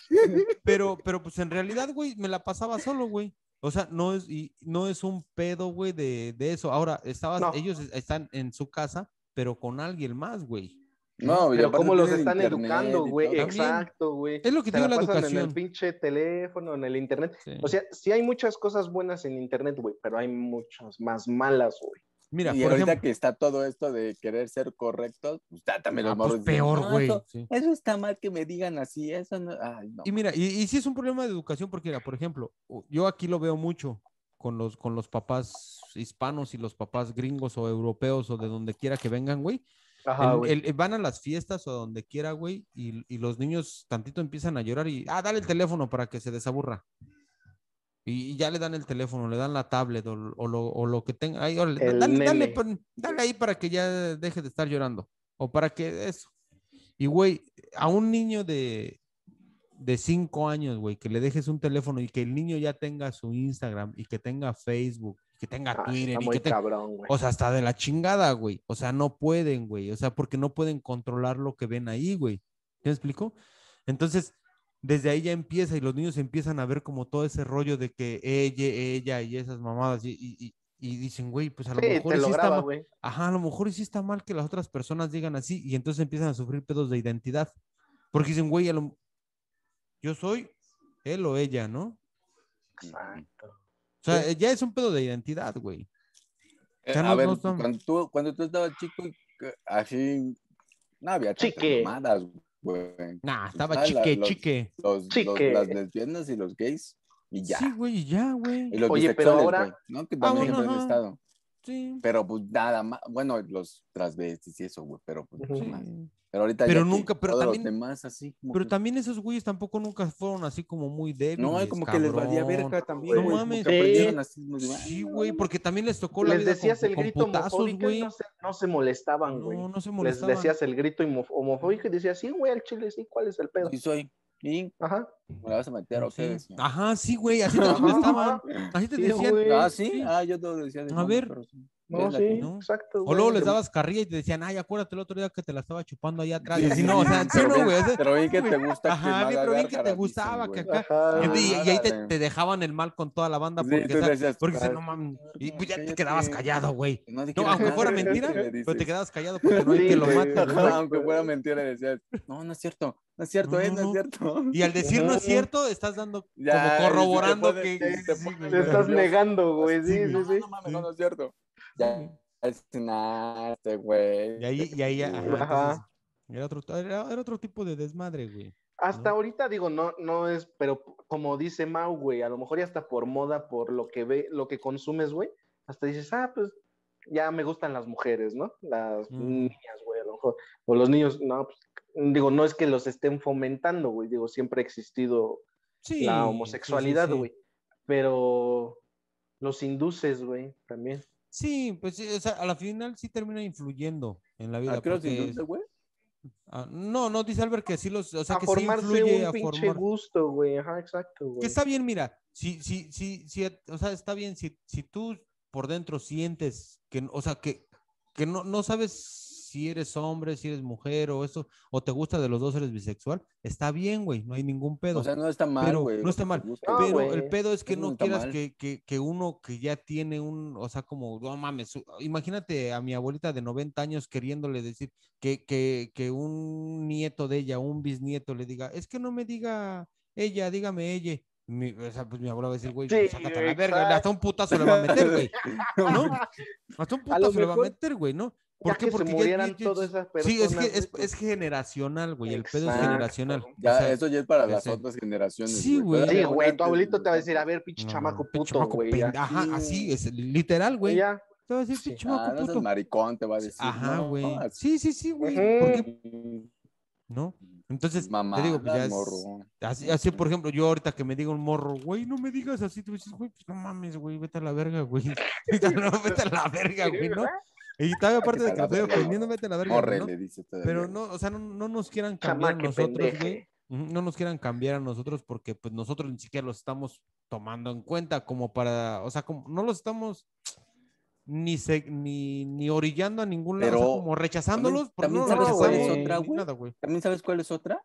A: Pero, pero pues en realidad, güey, me la pasaba solo, güey. O sea, no es, y no es un pedo, güey, de, de eso. Ahora, estabas,
C: No.
A: ellos es- están en su casa, pero con alguien más, güey.
B: No, y
C: Pero
B: aparte
C: cómo los
B: tienen
C: están
B: internet
C: educando,
B: y
C: güey.
B: todo.
A: También.
C: Exacto, güey.
A: Es lo que
C: Se
A: tiene la,
C: pasan en
A: educación.
C: el pinche teléfono, en el internet.
A: Sí.
C: O sea, sí hay muchas cosas buenas en internet, güey, pero hay muchas más malas, güey.
A: Mira,
B: y
A: por
B: ahorita
A: ejemplo,
B: que está todo esto de querer ser correctos, pues ya también los
A: ah, pues,
B: morros dicen,
A: peor,
B: "Ah,
A: güey.
B: Eso,
A: sí.
B: eso está mal que me digan así, eso no. Ay, no.
A: Y mira, y, y sí es un problema de educación, porque mira, por ejemplo, o- yo aquí lo veo mucho con los, con los papás hispanos y los papás gringos o europeos o de donde quiera que vengan, güey.
C: Ajá,
A: El-
C: güey.
A: el- eh, van a las fiestas o a donde quiera, güey, y, y los niños tantito empiezan a llorar y, ah, dale el teléfono para que se desaburra. Y, y ya le dan el teléfono, le dan la tablet o, lo- o lo, o lo que tenga. Ahí, órale,
C: El
A: dale, dale,
C: meme.
A: pon- dale ahí para que ya deje de estar llorando. O para que eso. Y, güey, a un niño de, de cinco años, güey, que le dejes un teléfono y que el niño ya tenga su Instagram y que tenga Facebook, que tenga
C: Ah,
A: Twitter
C: está
A: y
C: muy
A: que tenga...
C: cabrón, güey.
A: O sea, hasta de la chingada, güey. O sea, no pueden, güey. O sea, porque no pueden controlar lo que ven ahí, güey. ¿Ya me explico? Entonces, desde ahí ya empieza y los niños empiezan a ver como todo ese rollo de que ella, ella y esas mamadas y, y- y- y dicen, güey, pues a lo
C: Sí,
A: mejor
C: te
A: y
C: lo
A: sí está
C: graba,
A: mal.
C: güey.
A: Ajá, a lo mejor y sí está mal que las otras personas digan así y entonces empiezan a sufrir pedos de identidad. Porque dicen, güey, a lo- yo soy él o ella, ¿no?
C: Exacto.
A: O sea, ya es un pedo de identidad, güey.
B: Eh,
A: Ya
B: a
A: no-
B: ver,
A: no están-
B: cuando, tú, cuando tú estabas chico, que- así no había tantas
C: Chique.
B: mamadas, güey.
A: Nah,
C: Pues,
A: estaba
B: Ah, la-
A: chique,
B: los-
A: chique.
B: Los, los,
C: Chique.
B: las lesbianas y los gays, y ya.
A: Sí, güey, y ya, güey.
B: Y los
C: Oye, pero
B: bisexuales,
C: ahora-
B: güey, ¿no? Que también
A: bueno,
B: siempre han
A: ajá.
B: estado.
A: Sí.
B: Pero pues nada más, bueno, los transvestis y eso, güey, pero pues
C: Ujú.
B: nada
A: sí.
B: más. Pero ahorita
A: Pero
B: ya que
A: nunca- pero
B: todos los
A: también-
B: demás así. como
A: Pero
B: que-
A: también esos güeyes tampoco nunca fueron así como muy débiles.
B: no, como que les valía
A: cabrón.
B: verga también,
C: No
B: güey. como
A: mames.
B: que aprendieron así. como de,
A: Sí,
B: "Ay, no
A: güey,
B: mames".
A: porque también les tocó la
C: Les
A: vida
C: decías
A: con,
C: el
A: con
C: grito
A: putazos,
C: homofóbico y
A: güey.
C: no se, no se molestaban, güey.
A: No, no se
C: Les
A: molestaban.
C: decías el grito homo- homofóbico y decías, sí, güey, al chile, sí, ¿cuál es el pedo?
B: Sí soy. ¿Y
C: Ajá.
B: me la vas a meter o
A: Sí.
B: qué? decía.
A: Ajá, sí, güey, así te los
B: Ajá.
A: molestaban. Así te
C: Sí,
A: decían.
C: güey.
B: Ah, sí. Ah, yo todo decía de
A: A
B: mamá,
A: ver.
B: pero sí.
C: No,
B: Es la
C: sí,
B: que-
A: ¿no?
C: exacto.
A: O luego
C: güey.
A: les dabas carrilla y te decían, ay, acuérdate el otro día que te la estaba chupando allá atrás. Y así, no, o sea, sí,
B: Pero
A: no,
B: bien-
A: güey. o sea,
B: Pero bien que te gusta.
A: Ajá,
B: quemar
A: bien,
B: la
A: pero bien que
B: verga,
A: te
B: dicen,
A: gustaba que
B: güey.
A: acá.
C: Ajá.
A: Y, te- y ahí te,
B: Órale.
A: te dejaban el mal con toda la banda
B: Sí,
A: porque,
B: tú
A: o sea,
B: decías,
A: porque dicen,
B: "Ah,
A: no mames. Y pues, ya te
B: cállate".
A: quedabas callado, güey.
B: No,
A: No,
B: dijeras
A: aunque
B: nada,
A: fuera
B: güey,
A: mentira,
B: le
A: pero te
B: dices.
A: quedabas callado porque no hay
C: Sí,
A: que lo
C: güey.
A: mate,
B: Ajá,
A: güey.
B: aunque fuera mentira, decías, no, no es cierto, no es cierto,
A: No,
B: eh,
A: no,
B: no es
A: no.
B: cierto.
A: Y al decir no es
C: Ujú.
A: cierto, estás dando
B: Ya,
A: como corroborando
B: te
A: que.
B: pones- te
A: sí,
B: pones-
A: güey.
C: Te estás negando, güey. Sí,
A: Sí,
C: sí,
B: No,
C: sí.
B: Ah, no mames, no, no es cierto. Ya, es nada, este güey.
A: Y ahí, y ahí, ajá,
B: Ajá.
A: entonces, Era otro, era, era otro tipo de desmadre, güey.
C: Hasta
A: ¿no?
C: ahorita digo, no, no es, pero como dice Mau, güey, a lo mejor ya hasta por moda, por lo que ve, lo que consumes, güey, hasta dices, ah, pues ya me gustan las mujeres, ¿no? Las
A: Mm.
C: niñas, güey, a lo mejor. O los niños, no, pues digo, no es que los estén fomentando, güey, digo, siempre ha existido
A: Sí,
C: la
A: sí,
C: homosexualidad,
A: sí, sí.
C: güey, pero los induces, güey, también.
A: Sí, pues sí, o sea, a la final sí termina influyendo en la vida.
B: ¿A qué los
A: porque-
B: induce, güey?
A: ah, no, no, dice Albert que sí los, o sea,
C: a
A: que sí
C: formarse
A: influye
C: un
A: a
C: pinche
A: formar.
C: gusto, güey, ajá,
A: Que
C: exacto, güey.
A: está bien, mira, si, si, si, si, o sea, está bien, si, si tú por dentro sientes que, o sea, que, que no, no sabes si eres hombre, si eres mujer o eso, o te gusta de los dos, eres bisexual, está bien, güey, no hay ningún pedo.
B: O sea, no está mal,
A: pero
B: güey.
A: no
B: lo
A: está
B: que te
A: mal,
B: gusta,
C: No,
B: güey.
A: pero el
C: Ah, güey,
A: pedo es que
B: eso no
A: no
B: está
A: quieras
B: mal.
A: que, que, que uno que ya tiene un, o sea, como, no mames, u- imagínate a mi abuelita de 90 años queriéndole decir que, que, que un nieto de ella, un bisnieto le diga, es que no me diga ella, dígame ella. Mi, o sea, pues mi abuela va a decir, güey,
C: Sí,
A: sácate a la verga, hasta un putazo le va a meter, güey, ¿no? Hasta un
C: A lo
A: putazo le va a
C: mejor,
A: meter, güey, ¿no?
C: Ya que se
A: ya-
C: murieran
A: ya- ya-
C: todas esas personas.
A: Sí, es que es,
C: güey, pues,
A: es generacional, güey, el pedo es
C: Exacto.
A: generacional. o
B: Ya,
A: sea,
B: eso ya es para
A: ya
B: las
A: sé.
B: otras generaciones.
A: Sí, güey.
C: pues, Sí,
B: Todavía
C: güey, tu
B: antes,
C: abuelito te va a
B: güey.
C: decir, a ver, pinche
A: No,
C: chamaco
A: pinche
C: puto,
A: chamaco
C: güey.
A: pende- Ajá, así es, literal, güey.
C: Ya.
A: Te va a decir,
C: Sí.
A: pinche
B: Ah,
A: chamaco
B: no seas
A: puto.
B: maricón, te va a decir.
A: Ajá,
B: no,
A: güey.
B: no, así,
A: Sí, sí, sí, güey. ¿Por qué? ¿No? Entonces,
B: Mamá,
A: te digo, pues ya es-
B: morro.
A: Así, así, por ejemplo, yo ahorita que me diga un morro, güey, no me digas así, tú dices, güey, pues no mames, güey, vete a la verga, güey. no, vete a la verga, güey, ¿no? Y todavía aparte de que lo estoy ofendiendo, vete a la verga, güey,
B: Morre,
A: ¿no?
B: le dice todavía.
A: Pero no, o sea, no, no nos quieran cambiar a
C: Chamaque
A: nosotros, güey.
C: pendeje.
A: Ujú, No nos quieran cambiar a nosotros porque pues nosotros ni siquiera los estamos tomando en cuenta como para, o sea, como no los estamos ni se- ni, ni orillando a ningún lado, o sea,
B: Pero
A: como rechazándolos, porque
B: también
A: no los
C: sabes cuál
A: rechazamos
C: es
A: ni
B: otra, güey.
A: nada, güey.
B: ¿También sabes cuál es otra?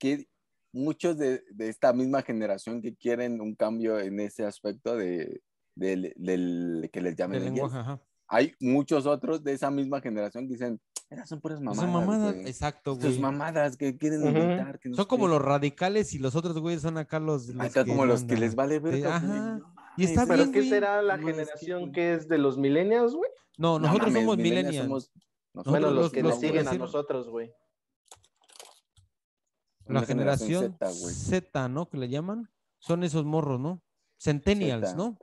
B: Que muchos de, de esta misma generación que quieren un cambio en ese aspecto de, del- del- que les
A: De
B: llamen ellas,
A: lenguaje, ajá.
B: hay muchos otros de esa misma generación que dicen, esas son puras mamadas.
A: Son mamadas,
B: güey.
A: exacto,
B: Sus
A: güey.
B: mamadas que quieren
C: Ujú.
B: inventar. que no
A: Son
B: sé
A: como
B: qué".
A: los radicales y los otros güeyes son acá los, los
B: Acá
A: que
B: como los que
A: mandan.
B: les vale ver.
A: ajá. Y está
C: ¿Pero
A: bien,
C: qué
A: güey.
C: será la
B: No mames,
C: generación
B: qué-
C: que es de los millennials, güey?
A: No, nosotros somos millennials. Nosotros
C: Bueno, los,
A: los-
C: que
A: los
C: nos siguen a
A: sí.
C: nosotros, güey.
A: La
B: Una generación
A: generación
B: Z, güey.
A: Z, ¿no? Que le llaman. Son esos morros, ¿no? Centennials,
B: Z.
A: ¿no?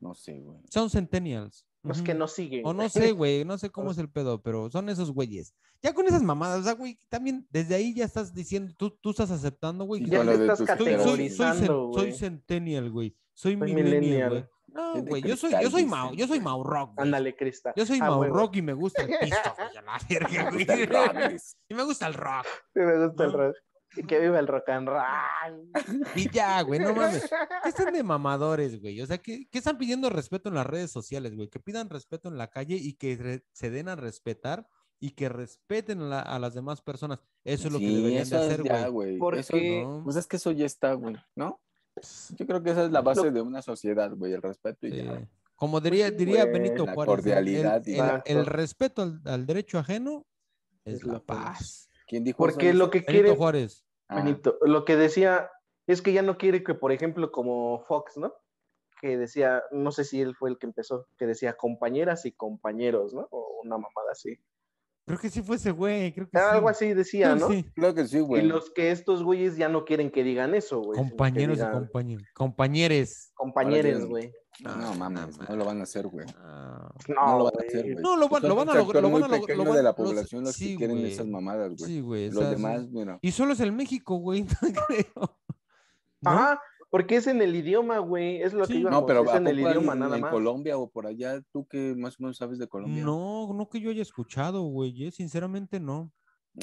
B: No sé, güey.
A: Son centennials.
C: Los
A: Ujú.
C: Pues que nos siguen.
A: O no
C: güey.
A: sé, güey, no sé cómo
C: Los-
A: es el pedo, pero son esos güeyes. Ya con esas mamadas, o sea, güey, también desde ahí ya estás diciendo, tú, tú estás aceptando, güey.
B: Y
A: que
C: Ya
B: con
A: soy-
B: lo
C: te
B: de
C: estás
B: tus
A: soy, soy, soy, cen-
C: categorizando,
A: soy
C: güey.
A: centennial, güey. Soy,
C: Soy
A: millennial,
C: millennial.
A: güey. No,
B: Gente
A: güey, yo soy,
B: cristal,
A: yo soy
B: dicen,
A: Mau, yo soy
B: güey.
A: Mau Rock, güey.
C: Ándale, Crista.
A: Yo soy
C: Ah,
A: Mau
C: güey, güey.
A: Rock y me gusta el pisto, güey, a la verga, güey.
B: Está el Rabbit.
A: Y me gusta el rock.
C: Sí, me gusta el
A: No.
C: rock. Y que viva el rock and roll.
A: Y ya, güey, no mames. ¿Qué están de mamadores, güey? O sea, ¿qué, qué están pidiendo respeto en las redes sociales, güey? Que pidan respeto en la calle y que re- se den a respetar y que respeten a la- a las demás personas. Eso es lo que
B: Sí,
A: deberían de
B: eso es
A: hacer,
B: ya,
A: güey.
B: güey.
C: Porque-
B: Eso-
A: ¿no?
B: Pues es que eso ya está, güey, ¿no? Yo creo que esa es la base
C: Lo-
B: de una sociedad, güey, el respeto y
A: Pues, Sí.
B: ya.
A: Como diría,
C: sí,
A: diría
C: güey,
A: Benito
B: la
A: Juárez, el- el,
B: cordialidad y-
A: el- el
C: Exacto.
A: respeto al, al derecho ajeno es,
C: Es
A: la
C: la
A: paz.
B: ¿Quién dijo
C: Porque
B: eso?
C: lo que
A: Benito
C: quiere,
A: Juárez.
B: Ah,
C: Benito, lo que decía es que ya no quiere que, por ejemplo, como Fox, ¿no? Que decía, no sé si él fue el que empezó, que decía compañeras y compañeros, ¿no? O una mamada así.
A: Creo que sí fue ese güey, creo que
C: Ah,
A: sí.
C: Algo así decía,
A: Creo que
C: ¿no?
A: sí.
B: Creo que sí,
C: Y
B: güey.
C: los que estos güeyes ya no quieren que digan eso, güey. sino que
A: Compañeros y
C: digan
A: compañeros. Compañeres.
B: Ahora
C: Compañeros,
B: digan-
C: güey.
B: No, mames, no lo van a hacer, güey.
A: Ah.
B: No
C: No,
B: lo van a
C: güey.
B: hacer, güey.
A: No, lo van-
B: Son
A: lo van a
B: un
A: lograr- lo
B: sector
A: van
B: muy
A: a lograr- lo
B: pequeño
A: van-
B: de la
A: los-
B: población los
A: sí,
B: que quieren
A: güey.
B: esas mamadas, güey.
A: Sí, güey. o
B: pues, Los
A: sea,
B: demás, mira.
A: Y solo es el México, güey, no creo. ¿No?
C: Ajá, porque es en el idioma, güey. Es lo
A: pues Sí.
C: que yo
B: No, pero
C: es
B: ¿a
C: en el
B: poco
C: idioma
B: en-
C: nada
B: en
C: más.
B: Colombia o por allá, tú que más o menos sabes de Colombia.
A: No, no que yo haya escuchado, güey. eh, Sinceramente, no.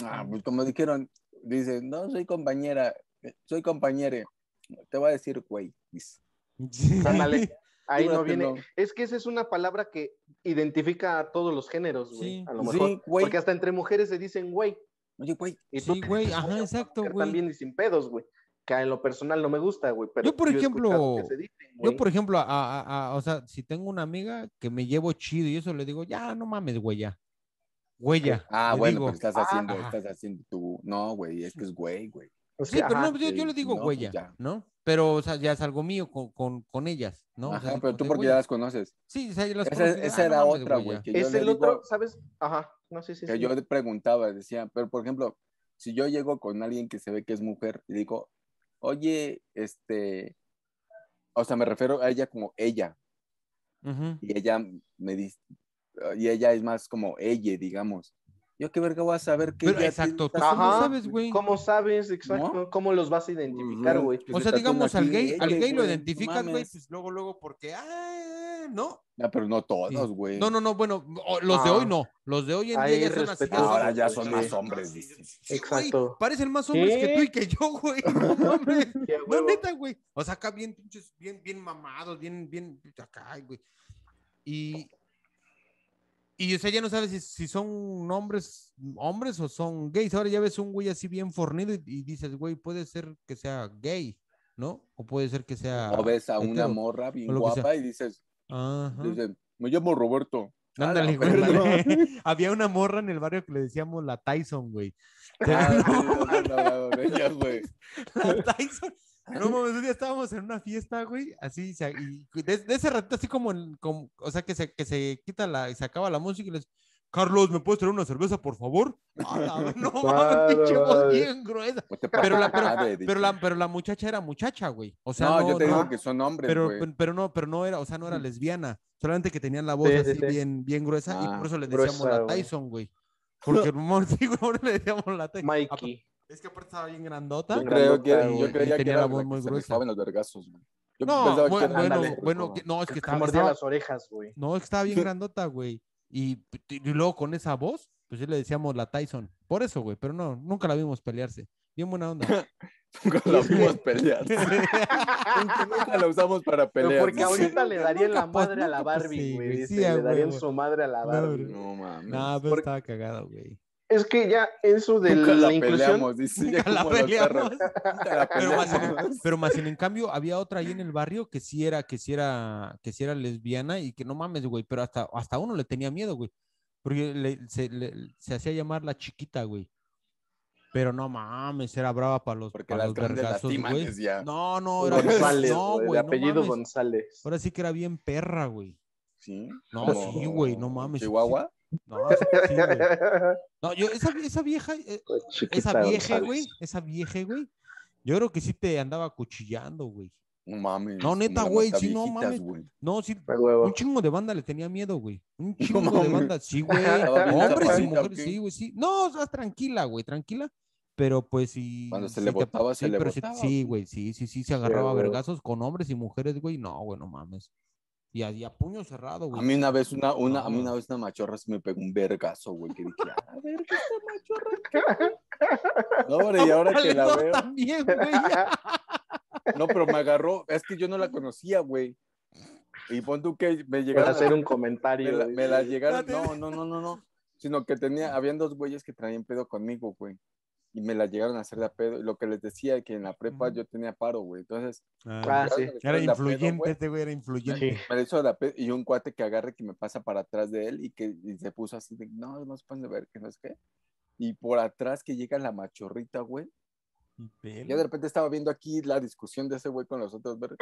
B: Ah, pues como dijeron, dice, no, soy compañera, eh, soy compañere. Te voy a decir, güey. dice.
A: Sí.
C: Ándale. Ahí no
B: Júrate,
C: viene.
B: no.
C: Es que esa es una palabra que identifica a todos los géneros, güey.
A: Sí.
C: A lo
B: Sí,
C: mejor.
B: güey.
C: Porque hasta entre mujeres se dicen, güey.
B: Oye, güey,
C: Y tú
A: Sí, güey, ajá, exacto,
C: mujer
A: güey.
C: También y sin pedos, güey. Que en lo personal no me gusta, güey. Pero
A: Yo, por
C: he
A: ejemplo,
C: escuchado que se dicen,
A: Yo,
C: güey.
A: por ejemplo, a- a- a- o sea, si tengo una amiga que me llevo chido y eso, le digo, ya, no mames, güey, ya. Güey, ya.
B: Ah,
A: le
B: bueno,
A: digo.
B: pero estás
C: ah,
B: haciendo,
A: ajá.
B: estás haciendo tu. No, güey, es que es güey, güey.
C: O
A: Sí,
C: sea,
A: pero
C: ajá.
A: no, yo, yo
B: sí,
A: le digo,
B: no,
A: güey, ya,
B: pues ya.
A: ¿no? Pero, o sea, ya es algo mío con, con, con ellas, ¿no? O sea,
B: Ajá,
A: así
B: pero
A: como
B: tú
A: de,
B: porque
A: güey,
B: ya
A: ya.
B: las conoces.
A: Sí, o sea, yo las
B: Esa,
A: conozco y digo,
B: esa
A: "Ah, no
B: era
A: mames,
B: otra,
A: güey,
B: güey.
A: ya".
B: Que, yo
C: Es
B: le
C: el
B: digo-
C: otro, ¿sabes? Ajá. No sé si
B: que yo preguntaba, decía, pero por ejemplo, si yo llego con alguien que se ve que es mujer y digo, oye, este. O sea, me refiero a ella como ella.
A: Ujú.
B: Y ella me dice. Y ella es más como ella, digamos. Yo qué verga voy a saber que
A: Pero
B: ella
A: exacto,
B: tiene
A: pues, ¿cómo
C: Ajá.
A: sabes, güey?
C: ¿Cómo sabes exacto? ¿Cómo los vas a identificar,
B: Ujú.
C: güey?
B: Que
A: O
B: se
A: sea,
B: tatúa
A: digamos, al
B: aquí,
A: gay, al
B: ella,
A: gay lo
B: güey, no
A: identificas, güey,
B: mames.
A: pues luego, luego, porque, ah, no.
B: Ah, pero no todos,
A: Sí.
B: güey.
A: No, no, no, bueno, o- los de
C: Ah.
A: hoy no. Los de hoy en
C: Ahí
A: día ya son así.
C: respetan.
B: Ahora ya
C: son
A: güey.
C: más
B: hombres,
A: Sí,
B: dices.
A: güey,
C: Exacto.
A: Parecen más hombres que
C: ¿Qué?
A: tú y que yo, güey. No mames.
C: Sí, a
A: No,
C: huevo.
A: neta, güey. O sea, acá bien pinches, bien, bien mamados, bien, bien, acá, güey. Y, y o sea, ya no sabes si, si son hombres, hombres o son gays. Ahora ya ves un güey así bien fornido y, y dices, güey, puede ser que sea gay, ¿no? O puede ser que sea.
B: O ves a una
A: hetero.
B: morra bien
A: o Ah, lo que sea.
B: guapa y dices,
A: Ajá.
B: dices, me llamo Roberto.
A: Ándale,
B: la
A: güey.
B: verga.
A: Había una morra en el barrio que le decíamos la Tyson, güey.
B: Ah, sí, no, no, no, no, ella, güey.
A: La Tyson. No mames, un día estábamos en una fiesta, güey, así, se- y de, de ese ratito, así como, en- como- o sea, que se, que se quita la, y se acaba la música y les, Carlos, ¿me puedes traer una cerveza, por favor? Ah, la- No mames,
C: Claro,
A: pinche voz
C: madre.
A: bien gruesa.
B: Pues te
A: Pero la,
B: pasa madre,
A: pero,
B: dije.
A: pero la, pero la muchacha era muchacha, güey. O sea,
B: no,
A: no,
B: yo te
A: no,
B: digo que son hombres,
A: pero, pues,
B: güey.
A: pero- pero no, pero no era, o sea, no era lesbiana, solamente que tenían la voz
C: Sí, sí,
A: así
C: sí.
A: bien, bien gruesa, y
B: Ah,
A: por eso le decíamos
C: gruesa,
A: la
C: güey.
A: Tyson, güey. Porque no, sí, güey, ahora le decíamos la Tyson.
C: Mikey.
A: Es que aparte estaba bien grandota.
B: Yo,
C: Yo
B: creo que,
C: creo que-
B: yo
A: güey,
B: creía que
A: tenía
B: era
A: la
B: la
A: voz
B: que
A: muy
B: se
A: gruesa.
B: rifaban los vergazos, güey. Yo
A: No,
B: pensaba que
A: bueno,
B: era-
A: bueno,
B: Ándale,
A: bueno,
B: por
A: que-
B: favor.
A: no, es que
C: Que
A: estaba,
C: mordía
A: estaba-
C: las orejas, güey.
A: no, es que estaba bien grandota, güey. Y, y luego con esa voz, pues sí le decíamos la Tyson. Por eso, güey, pero no, nunca la vimos pelearse. Bien buena onda.
B: Nunca la vimos pelear. Nunca la usamos para pelear.
C: Pero porque
B: ¿no?
C: ahorita le darían la
A: Nunca, pues,
C: madre a la
A: nunca, pues,
C: Barbie,
A: sí,
C: güey.
A: güey,
C: dice,
A: sí, a
C: le darían
A: huevo.
C: su madre a la
A: No,
C: Barbie.
A: güey.
B: No mames.
A: no, pero
C: Porque-
A: estaba cagado, güey.
C: Es que ya eso de
B: Nunca
C: la,
B: la
C: inclusión.
B: peleamos, dice ella
A: Nunca la
B: como los perros.
A: peleamos.
B: Nunca la
A: Pero más, sin,
B: peleamos.
A: pero más sin en cambio, había otra ahí en el barrio que sí era, que sí era, que sí era lesbiana y que no mames, güey, pero hasta, hasta uno le tenía miedo, güey. Porque le- se, le- se hacía llamar la chiquita, güey. Pero no mames, era brava para los,
B: Porque
A: para
B: las
A: los
B: grandes
A: vergazos,
B: lastiman,
A: güey.
B: decía.
A: No, no, era
C: González,
A: no,
C: güey,
A: güey,
C: de
A: no
C: apellido
A: mames.
C: González.
A: Ahora sí que era bien perra, güey.
B: Sí.
A: No,
B: Como
A: sí, güey, no mames.
B: Chihuahua.
A: No, sí, sí, güey. No, yo, esa, esa vieja, eh, esa
C: Chiquita
A: vieja,
C: González.
A: güey, esa vieja, güey. Yo creo que sí te andaba cuchillando, güey.
B: No mames.
A: No, neta,
B: como
A: güey,
B: las
A: sí, no
B: viejitas,
A: mames.
B: güey.
A: No, sí,
C: A huevo.
A: un chingo de banda le tenía miedo, güey. Un chingo de
B: mames.
A: banda, sí, güey.
B: Estaba
A: Hombres
B: bien
A: y
B: tapadita, ¿o
A: mujeres,
B: qué?
A: sí, güey, sí. No, o sea, tranquila, güey, tranquila. Pero pues sí.
B: Cuando se
A: sí te-
B: le botaba, se
A: sí,
B: le
A: pero sí-
B: botaba,
A: Sí, güey, sí, sí, sí, se agarraba a
C: güey.
A: vergazos con hombres y mujeres, güey. No, güey, no mames. Y a, y a puño cerrado,
B: A
A: güey.
B: mí una vez una, una, a mí
A: No.
B: una vez una machorra se me pegó un vergazo, güey, que dije, "Ah, a ver, ¿qué esta machorra? No, hombre, y ahora que la
A: Valedor
B: veo,
A: también, güey.
B: no, pero me agarró, es que yo no la conocía, güey. Y pon tú que me
C: Para
B: llegaron,
C: hacer un
B: me
C: comentario.
B: la,
C: güey.
B: me la llegaron,
A: No,
B: no, no, no, no, no, sino que tenía, habían dos güeyes que traían pedo conmigo, güey. Y me la llegaron a hacer de a pedo. Y lo que les decía que en la prepa
A: Ujú.
B: yo tenía paro, güey. Entonces,
A: Ah,
C: Ah,
B: llegaron a
C: sí.
A: Era
B: hacer de a Pues, pedo,
A: influyente,
B: güey.
A: este güey era influyente.
B: Me la hizo de a pedo, y un cuate que agarre que me pasa para atrás de él y que y se puso así de, no, no se pueden ver, que no es qué. Y por atrás que llega la machorrita, güey. Yo de repente estaba viendo aquí la discusión de ese güey con los otros vergas.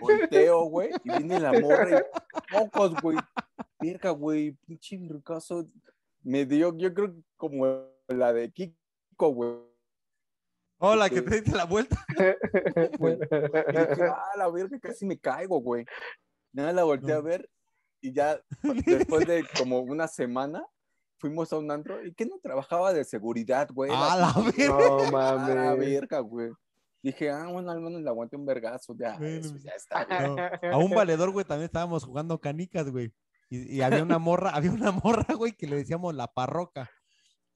B: Volteo, güey, y viene la morra y mocos, güey. Verga, güey, pinche vergazo. Me dio, yo creo que como la de Kiko, güey.
A: Hola, que te diste la vuelta.
B: Y dije, ah, la verga, casi me caigo, güey. Nada, la volteé a
A: No.
B: ver y ya después de como una semana fuimos a un antro y que no trabajaba de seguridad, güey.
A: A la verga.
C: No
B: Ah, la
C: mames.
B: verga, güey. Dije, ah, bueno, al menos le aguanté un vergazo, ya,
A: Bueno,
B: eso,
A: pues.
B: ya está, güey.
A: No, A un valedor, güey, también estábamos jugando canicas, güey. Y, y había una morra, había una morra, güey, que le decíamos la parroca.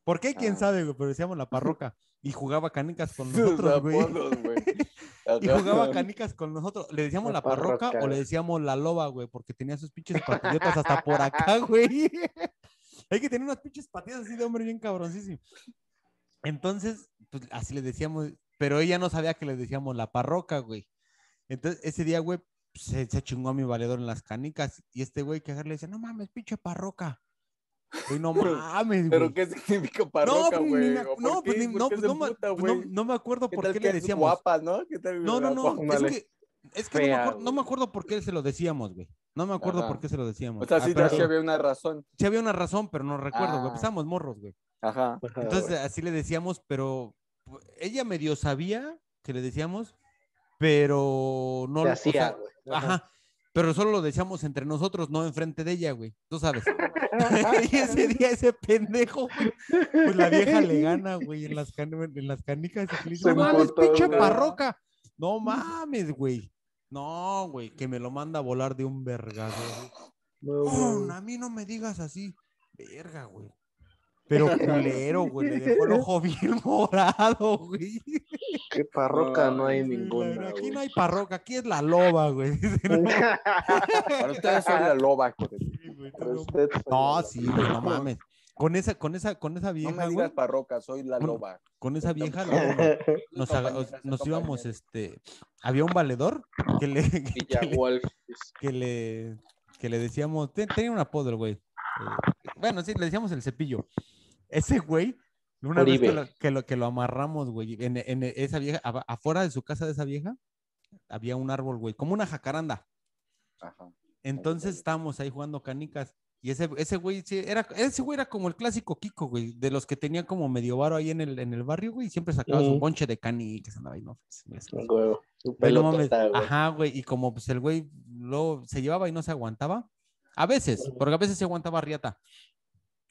A: ¿Por qué? ¿Quién
B: Ah.
A: sabe, güey? Pero decíamos la parroca. Y jugaba canicas con
B: Sus
A: nosotros, güey.
B: apodos, güey.
A: Y
B: Ajá.
A: jugaba canicas con nosotros. Le decíamos la,
C: La
A: parroca,
C: parroca.
A: o le decíamos la loba, güey, porque tenía sus pinches patillotas hasta por acá, güey. Hay que tener unas pinches patillas así de hombre bien cabroncísimo. Entonces, pues así le decíamos, pero ella no sabía que le decíamos la parroca, güey. Entonces, ese día, güey, se, se chingó a mi valedor en las canicas y este güey que agarra le decía, no mames, pinche parroca. Güey, no
B: Pero-
A: mames,
B: ¿Pero
A: güey.
B: qué significa
A: No,
B: parroca,
A: pues, ni
B: güey?
A: me ac-
B: ¿O por
A: no, pues,
B: qué?
A: ni-
B: ¿Por
A: no,
B: qué
A: pues,
B: se
A: no me-
B: emputa,
A: pues, no-
B: güey?
A: no me acuerdo
B: ¿Qué
A: por
B: tal
A: qué
B: que
A: le
B: es
A: decíamos.
B: guapa, ¿no? ¿Qué tal
A: No, no, no.
B: guapa?
A: Es
C: Ándale.
A: que, es que no, me
C: Fea,
A: acuerdo, no me
C: güey.
A: acuerdo por qué se lo decíamos, güey. No me acuerdo por
B: Ajá.
A: qué se lo decíamos.
B: O sea,
A: Ah,
B: sí,
A: pero
B: sí había una razón.
A: sí había una razón, pero no recuerdo, güey.
B: Ah.
A: pues, Estábamos morros, güey.
B: Ajá.
C: Ajá,
A: Entonces,
C: güey.
A: así le decíamos, pero pu- ella medio sabía que le decíamos, pero no
C: Se
A: lo o
C: hacía,
A: sea,
C: güey.
A: Ajá. pero solo lo decíamos entre nosotros, no enfrente de ella, güey. Tú sabes. y ese día, ese pendejo, güey, pues la vieja le gana, güey, en las, can- en las canicas. Y le dice,
C: Se
A: "No mames,
C: empotó,
A: pinche
C: güey.
A: parroca. No mames, güey. No, güey, que me lo manda a volar de un vergazo. güey.
C: No,
A: "Con, a mí no me digas así. Verga, güey. Pero culero, güey. Le dejó el ojo bien morado, güey.
C: qué parroca no hay
A: Sí, la
C: ninguna.
A: verdad, Aquí
C: güey.
A: no hay parroca, aquí es la loba, güey. Dice, "No,
B: Para ustedes soy la loba, hijo de-
A: güey,
C: Para
A: no
C: usted,
A: Pues, no,
C: señora.
A: sí, güey, no mames. Con esa, con esa, con esa
B: No me
A: vieja, güey,
B: digas parroca, soy la
A: Bueno,
B: loba.
A: con esa vieja la- nos, aga-
B: Compañeras,
A: nos
B: compañeras.
A: íbamos, este, había un valedor que le, que le,
C: Villagual.
A: que le, que le decíamos, te- tenía un apodo el güey. Eh, bueno, sí, le decíamos el cepillo. Ese güey, una vez que
C: Oribe.
A: lo, que lo, que lo amarramos, güey, en, en esa vieja, aba- afuera de su casa de esa vieja, había un árbol, güey, como una jacaranda.
B: Ajá.
A: Entonces estábamos ahí jugando canicas. Y ese, ese güey sí, era, ese güey era como el clásico Kiko, güey, de los que tenía como medio varo ahí en el, en el barrio, güey, y siempre sacaba su
C: Ujú.
A: ponche de canicas, andaba ahí, no, pues, mira,
C: Un huevo. Un
A: Güey, no
C: pelo
A: mames.
C: total, güey.
A: Ajá, güey. Y como pues el güey luego se llevaba y no se aguantaba. A veces, porque a veces se aguantaba riata.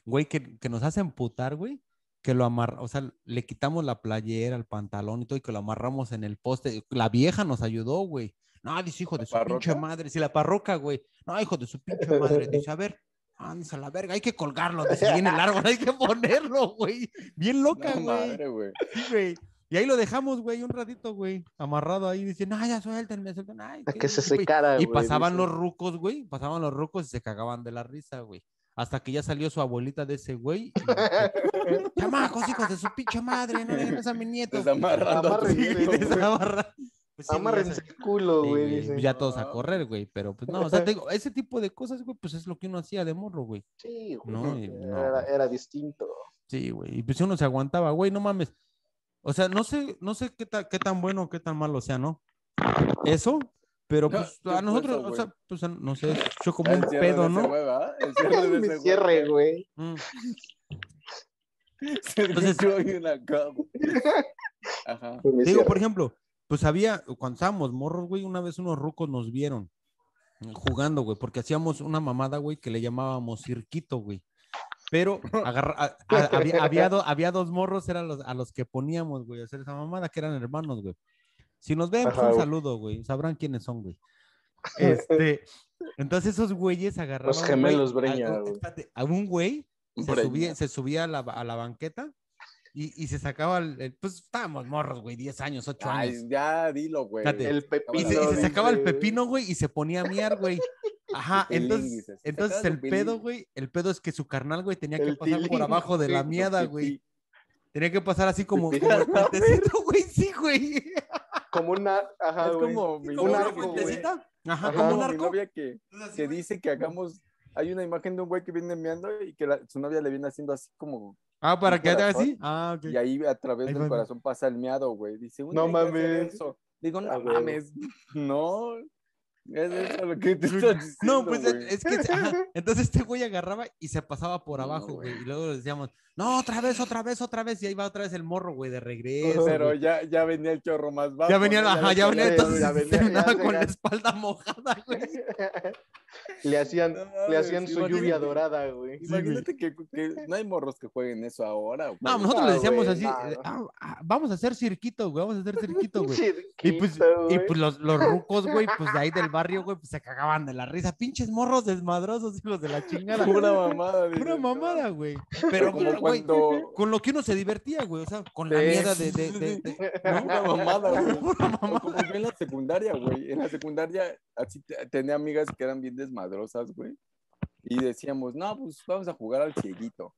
A: Güey, que, que nos hace emputar, güey. Que lo amarra, o sea, le quitamos la playera, el pantalón y todo, y que lo amarramos en el poste. La vieja nos ayudó, güey. No, dice, hijo de su pinche
B: parroca?
A: madre. Sí, la parroca, güey. No, hijo de su pinche madre. Dice, a ver, ándese a la verga, hay que colgarlo. Dice, viene el árbol, hay que ponerlo, güey. Bien loca,
B: No,
A: güey.
B: madre, güey.
A: Sí, güey. Y ahí lo dejamos, güey, un ratito, güey, amarrado ahí, diciendo, ay, ya suéltenme, suéltenme. Ay,
C: A
A: qué
C: que se
A: güey".
C: secara,
A: Y
C: güey,
A: pasaban
C: dice.
A: los rucos, güey, pasaban los rucos y se cagaban de la risa, güey. Hasta que ya salió su abuelita de ese güey. y dice, Chamacos, hijos de su pinche madre, no le den eso a mi nieto.
B: Desamarrando a tu
A: Sí,
C: Amárrense,
B: hijo,
A: güey,
B: güey.
A: desamarra- Pues sí, güey, ya
C: Amárrense
A: sa-
C: el culo,
A: sí,
C: güey.
A: güey, pues
C: dice.
A: ya todos a
B: No.
A: correr, güey, pero pues no, o sea, te digo, ese tipo de cosas, güey, pues es lo que uno hacía de morro, güey.
C: Sí, güey.
A: No, y no,
C: Era,
A: güey.
C: era distinto.
A: Sí, güey. Y pues uno se aguantaba, güey, no mames. O sea, no sé, no sé qué, ta- qué tan bueno o qué tan malo sea, ¿no? Eso, pero
B: No,
A: pues
B: ¿qué
A: a
B: fue
A: nosotros,
B: eso,
A: o
B: güey? Ah,
A: sea, pues a- no sé, yo como
B: El
A: un
B: cierre de
A: pedo,
B: ese
A: ¿no?
B: güey, ¿verdad? El cierre de
C: Me
B: ese
C: cierre, güey.
A: Mm. Entonces-
B: Entonces yo y una acá, güey. Ajá.
C: Pues me
A: Te digo,
C: cierre.
A: por ejemplo, pues había, cuando estábamos morros, güey, una vez unos rucos nos vieron mm, jugando, güey, porque hacíamos una mamada, güey, que le llamábamos cirquito, güey. Pero agarra- a- a- había, había do- había dos morros, eran los, a los que poníamos, güey, a hacer esa mamada, que eran hermanos, güey. Si nos ven, pues,
C: Ajá,
A: un
C: güey.
A: saludo, güey. Sabrán quiénes son, güey. Este, entonces esos güeyes agarraron.
C: gemelos Breña, güey.
A: A un güey se
B: Breña.
A: subía, se subía a, la, ba- a la banqueta y, y se sacaba, el, el- pues estábamos morros, güey, 10 años, 8 años.
B: Ay, ya dilo, güey.
A: Fíjate.
C: El
A: Y
C: pepino.
A: se, y se
B: no,
A: sacaba el
C: dice.
A: pepino, güey, y se ponía a miar, güey. Ajá,
B: Su
A: entonces,
B: tilinguis, se
A: entonces
B: sacaba
A: el
B: su
A: pedo,
B: tilinguis.
A: güey, el pedo es que su carnal, güey, tenía que
C: El
A: pasar por
C: tilinguis,
A: abajo de la
C: güey,
A: miada,
B: Sí,
A: güey.
B: sí.
A: Tenía que pasar así como,
C: Pipí.
A: como el puentecito, güey, sí, güey.
C: Como una. Ajá,
B: Es
C: güey.
B: como mi
A: Como una
B: novia,
C: arco,
B: güey.
C: güey.
A: puentecita. Ajá,
C: Ajá.
A: como un
B: mi
A: arco.
B: novia que,
A: Entonces, así,
B: que
A: güey.
B: dice que hagamos. Hay una imagen de un güey que viene meando y que la- su novia le viene haciendo así como.
A: Ah, para que haga
B: corazón.
A: así. Ah, ok.
B: Y ahí a través
A: Ahí
B: del
A: va.
B: corazón pasa el miado, güey. Dice, "Un
C: No
B: día hay que hacer
C: mames.
B: eso". Digo, no
C: Ah, güey.
B: mames. No. Es eso lo que te estás diciendo.
A: No, pues es-
B: güey.
A: es que se- ajá, entonces este güey agarraba y se pasaba por
B: No,
A: abajo, güey.
B: güey.
A: Y luego le decíamos, no, otra vez, otra vez, otra vez. Y ahí va otra vez el morro, güey, de regreso.
B: Pero
A: güey.
B: ya, ya venía el chorro más bajo.
A: ya venía,
B: ¿no?
A: ajá, ya
B: lo
A: venía,
C: ya-
A: entonces
C: ya venía,
A: terminaba
C: ya
A: con la
C: venía.
A: espalda mojada, güey.
C: Le hacían,
B: No mames,
C: le hacían su
B: imagínate.
C: lluvia dorada, güey.
B: Imagínate que, que no hay morros que jueguen eso ahora, güey.
A: No, nosotros le
C: Ah,
A: decíamos
C: güey,
A: así,
C: no,
A: eh,
C: no.
A: "Ah, ah, vamos a hacer cirquito, güey, vamos a hacer cirquito, güey. Y
C: Chiquito,
A: pues, y
C: güey.
A: pues los, los rucos, güey, pues de ahí del barrio, güey, pues se cagaban de la risa. Pinches morros desmadrosos, hijos de la chingada.
B: Pura mamada. dices,
A: Pura
B: no.
A: mamada, güey.
B: Pero
A: Pero,
B: como
A: güey,
B: cuando...
A: con lo que uno se divertía, güey. O sea, con la
C: Sí.
A: mierda de. de, de- de- ¿no?
B: Pura mamada, güey.
A: Pura
B: O
A: mamada.
B: Como yo en la secundaria, güey. En la secundaria así te- tenía amigas que eran bien desmadrosas, güey. Y decíamos, no, pues vamos a jugar al cieguito.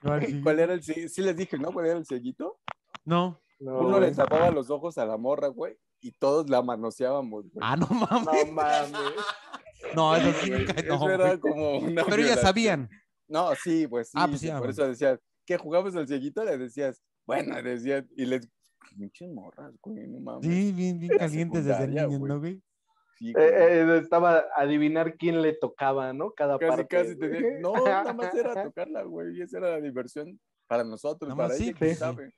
B: ¿Cuál era el cieguito? Sí les dije, ¿no? ¿Cuál era el cieguito?
A: No.
C: No,
B: Uno
C: güey.
B: le tapaba los ojos a la morra, güey. Y todos la manoseábamos, güey.
A: Ah, no mames.
C: No mames.
A: No, eso sí. nunca- no,
B: Eso era
A: güey.
B: como una
A: Pero ya
B: violación.
A: sabían.
B: No, sí, pues sí.
A: Ah, pues
B: sí,
A: ya,
B: por
A: güey.
B: eso decías, ¿qué jugamos al cieguito? Le decías, bueno, decías, y les. Pinches morras, güey, no mames.
A: Sí, bien, bien
B: La
A: calientes desde
B: secundaria,
A: niños,
B: güey.
A: ¿no, güey?
B: Sí, güey.
C: Eh, eh, estaba adivinar quién le tocaba, ¿no? Cada
B: casi,
C: parte.
B: casi
C: güey.
B: tenía. No, nada más era tocarla, güey, y esa era la diversión para nosotros,
A: Nada más
B: para
A: sí, pues,
B: ella, quién
A: sí.
B: sabe.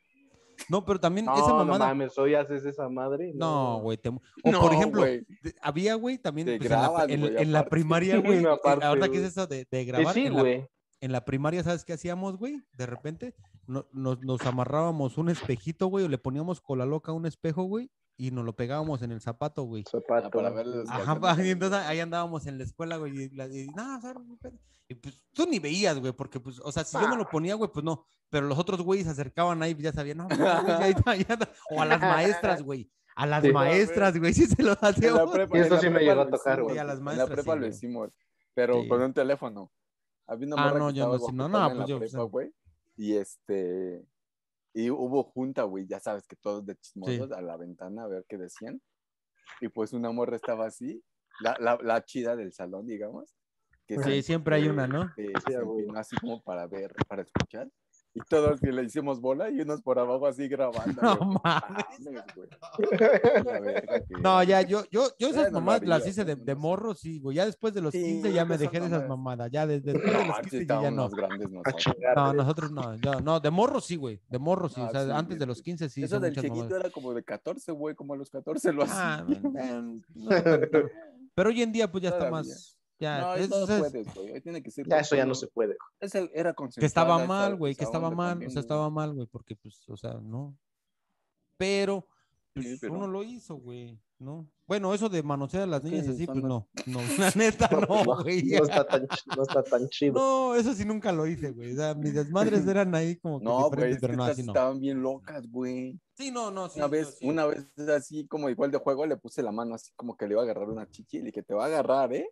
A: No, pero también
C: No,
A: esa
C: no
A: mamada.
C: mames, hoy haces esa madre.
A: No, güey. te mu- O
B: No,
A: por ejemplo,
B: güey.
A: de- había, güey, también
B: Te
A: pues, en, la,
B: graban,
A: en-
B: güey,
A: en la
B: aparte.
A: primaria, güey. en-
C: Aparte,
A: Ahorita que
C: güey.
A: es eso de, de
C: Eh,
A: grabar.
C: sí,
A: en, la,
C: güey.
A: en la primaria, ¿sabes qué hacíamos, güey? De repente no- nos, nos amarrábamos un espejito, güey, o le poníamos cola loca a un espejo, güey, y nos lo pegábamos en el zapato, güey.
B: Ah,
C: Zapato.
B: para ver los
A: Ajá,
B: calzones.
A: pa- y entonces ahí andábamos en la escuela, güey, y, la- y, "No, sar- no pedo". Y, pues tú ni veías, güey, porque pues, o sea, si yo me lo ponía, güey, pues no, pero los otros güeyes se acercaban ahí, ya sabían, no, mames, güey, ya está, ya está". o a las maestras, güey, a las
C: Sí.
A: maestras, güey, sí se los
B: En la
A: hacíamos.
B: prepa-
C: Eso
B: en la
C: sí me
B: prepa
C: llegó a
B: lo
C: tocar,
B: hicimos,
C: güey.
A: Y a las
B: En la
A: maestras,
B: prepa
A: sí,
B: lo
A: güey.
B: hicimos, pero
A: Sí.
B: con un teléfono. Había una
A: Ah,
B: morra
A: no,
B: que
A: yo no,
B: estaba
A: sí, no,
B: guapetona
A: no,
B: en
A: pues
B: la
A: yo,
B: prepa,
A: sí.
B: güey, y este, y hubo junta, güey, ya sabes que todos de chismosos a la ventana a ver qué decían. Y pues una morra estaba así, la, la, la chida del salón, digamos. Que se
A: Sí, siempre hay una, ¿no?
B: eh,
C: Sí,
B: se
C: a huevo.
B: empinó así como para ver, para escuchar. Y todos que le hicimos bola y unos por abajo así grabando.
A: No
B: güey.
A: mames.
B: Mames, güey. La verga que-
A: No, ya, yo, yo, yo esas
B: Bueno, lo
A: mamadas las
B: haría,
A: hice de,
B: pero
A: de
B: no sé.
A: morro, sí, güey, ya después de los
B: Sí,
A: 15 ya me
B: esas
A: dejé de esas
B: mamadas.
A: mamadas, ya de- después de
B: No,
A: los
B: sí
A: 15 yo ya
B: estábamos
A: no. Ah,
B: más grandes
C: A
B: nosotros.
C: chingar.
A: No, nosotros no, yo, no, de morro sí, güey, de morro sí,
B: Ah,
A: o sea,
B: sí,
A: antes
B: bien,
A: de los
B: sí.
A: 15 sí.
B: Eso
A: hice
B: del
A: muchas mamadas.
B: chiquito era como de 14, güey, como a los 14 lo
A: Ah,
B: hacía.
A: man, no sé tanto. Pero hoy en día, pues ya está
B: Todavía.
A: más. Ya,
B: No,
A: es-
B: eso no
A: es-
B: puedes, güey. Hoy tiene que ser.
C: Ya eso ya no se puede.
B: Ese era
A: que estaba
B: consensuada,
A: mal,
B: esa-
A: güey, que
B: esa
A: estaba
B: onda
A: mal, o
B: pues, también,
A: sea,
B: güey.
A: estaba mal, güey, porque, pues, o sea, no. Pero,
B: Sí,
A: pues,
B: pero-
A: uno lo hizo, güey, ¿no? Bueno, eso de manosear a las
B: Sí,
A: niñas así,
B: son
A: pues
B: las-
A: no, no, la neta no, güey.
C: No está tan, ch- no está tan chido.
A: No, eso sí nunca lo hice, güey. O sea, mis desmadres eran ahí como que
B: No, güey,
A: diferentes,
B: es que
A: pero no,
B: estas
A: así no.
B: estaban bien locas, güey.
A: Sí, no, no, sí.
B: una
A: yo
B: vez,
A: sí.
B: una vez así como igual de juego, le puse la mano así como que le iba a agarrar una chichi y le dije, te va a agarrar, ¿eh?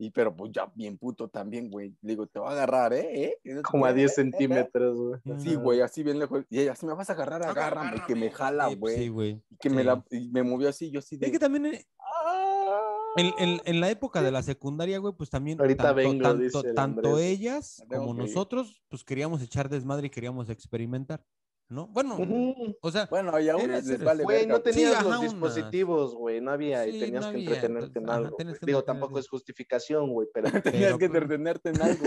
B: Y pero pues ya bien puto también, güey. Le digo, te va a agarrar, ¿eh? ¿Eh? Y no sé
C: Como a
B: qué,
C: 10
B: ¿eh? ¿eh?
C: centímetros, güey.
A: Ujú.
B: Sí, güey, así bien lejos. Y ella, si me vas a agarrar, agárrame, que me jala,
A: Sí, pues, Sí,
B: güey.
A: güey.
B: Y que me
A: sí.
B: la, y me movió así, yo así de...
A: Es que también eh,
B: ¡Ah!
A: en, en- en la época de la secundaria, güey, pues también
C: Ahorita
A: tanto,
C: vengo,
A: tanto-
C: dice el
A: tanto
C: Andrés.
A: ellas
B: Me tengo
A: como
B: que ir.
A: nosotros, pues queríamos echar desmadre y queríamos experimentar, ¿no? Bueno,
C: Ujú.
A: o sea,
B: Bueno, y a
A: Era
B: unos les
A: seres-
B: vale
C: Güey,
B: verga,
C: no tenías
A: ajá,
C: los
A: unas.
C: dispositivos, güey, no había,
A: Sí,
C: y tenías
A: no
C: que
A: había, pues,
C: entretenerte en
A: ajá,
C: algo.
A: tenías
C: güey.
A: que
C: Digo,
A: entretenerte.
C: tampoco es justificación, güey, pero,
B: Tenías
A: pero,
B: que
A: pues,
B: entretenerte en algo.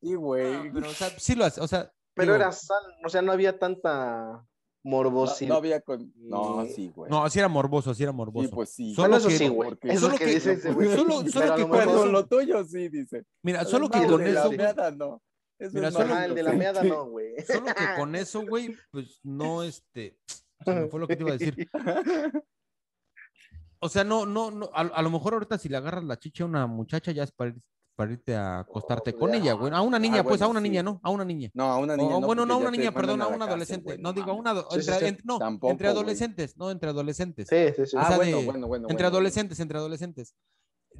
B: Sí, güey.
A: no, pero, o sea, sí lo hace, o sea,
C: pero
A: digo,
C: era san, o sea, no había tanta
B: No,
C: morbosidad.
B: no había con... No, sí, güey.
A: No, así era morboso, así era morboso.
B: sí, pues sí.
A: Solo
C: Bueno, eso
A: que-
C: sí, güey.
B: porque-
C: pues. Eso
A: solo
C: que
A: que-
C: dices, güey.
A: solo- solo
C: Pero a
A: que
C: lo mejor-
A: cuando-
B: Bueno, lo tuyo sí, dice.
A: Mira,
B: Lo
A: Ah, solo que
B: demás
A: con
B: de la
A: eso, güey,
B: meada, no. Eso
A: Mira,
B: es
A: solo-
C: Ajá,
B: normal,
C: el de la
B: sí.
C: meada no, güey.
A: solo que con eso, güey, pues no, este, se me fue lo que te iba a decir. O sea, no, no, no, a, a lo mejor ahorita si le agarras la chicha a una muchacha ya es para, ir- para irte a acostarte con
C: ya.
A: ella, güey. A una niña, pues, a
B: Oh, Ah, bueno,
A: una niña,
B: sí.
A: ¿no? A una niña.
B: No, a una niña.
A: O-
B: no,
A: Oh, bueno,
B: porque
A: no a
B: ya
A: una
B: te
A: niña,
B: mandan
A: perdón, a
B: la
A: una
B: cárcel,
A: adolescente.
B: güey,
A: No digo a
B: mames.
A: una, ado-
C: Sí, sí,
A: entre-
C: sí.
A: en- no,
B: Tampoco,
A: entre
B: güey.
A: adolescentes, no, entre adolescentes.
C: Sí, sí, sí.
A: o
B: Ah,
A: sea,
B: bueno,
A: de-
B: bueno, bueno.
A: entre
B: bueno.
A: adolescentes, entre adolescentes.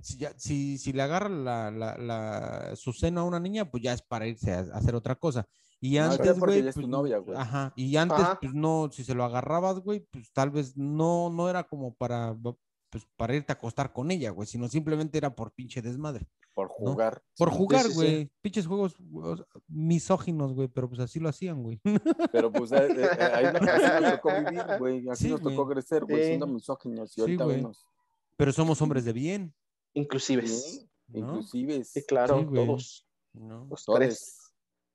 A: Si, ya- si, si le agarra la, la, la- su seno a una niña, pues ya es para irse a, a hacer otra cosa. Y
B: No, ya
A: antes,
B: porque
A: güey,
B: ya es tu
A: pues,
B: novia, güey.
A: Ajá. Y antes,
C: Ajá.
A: pues no, si se lo agarrabas, güey, pues tal vez no, no era como para, pues, para irte a acostar con ella, güey, sino simplemente era por pinche desmadre.
B: Por jugar.
A: Por jugar,
C: sí, sí.
A: güey. Pinches juegos o sea, misóginos, güey, pero pues así lo hacían, güey.
B: Pero pues eh, eh, ahí nos, así nos tocó vivir, güey. Así
A: Sí,
B: nos tocó
A: güey.
B: crecer, güey,
C: Sí.
B: siendo misóginos. Y
A: Sí,
B: ahorita
A: güey.
B: vemos.
A: Pero somos hombres de bien,
C: Inclusive.
B: Sí,
C: Sí,
A: ¿no?
B: Inclusive.
C: claro,
A: Sí, güey.
C: todos.
A: ¿No?
C: Los tres.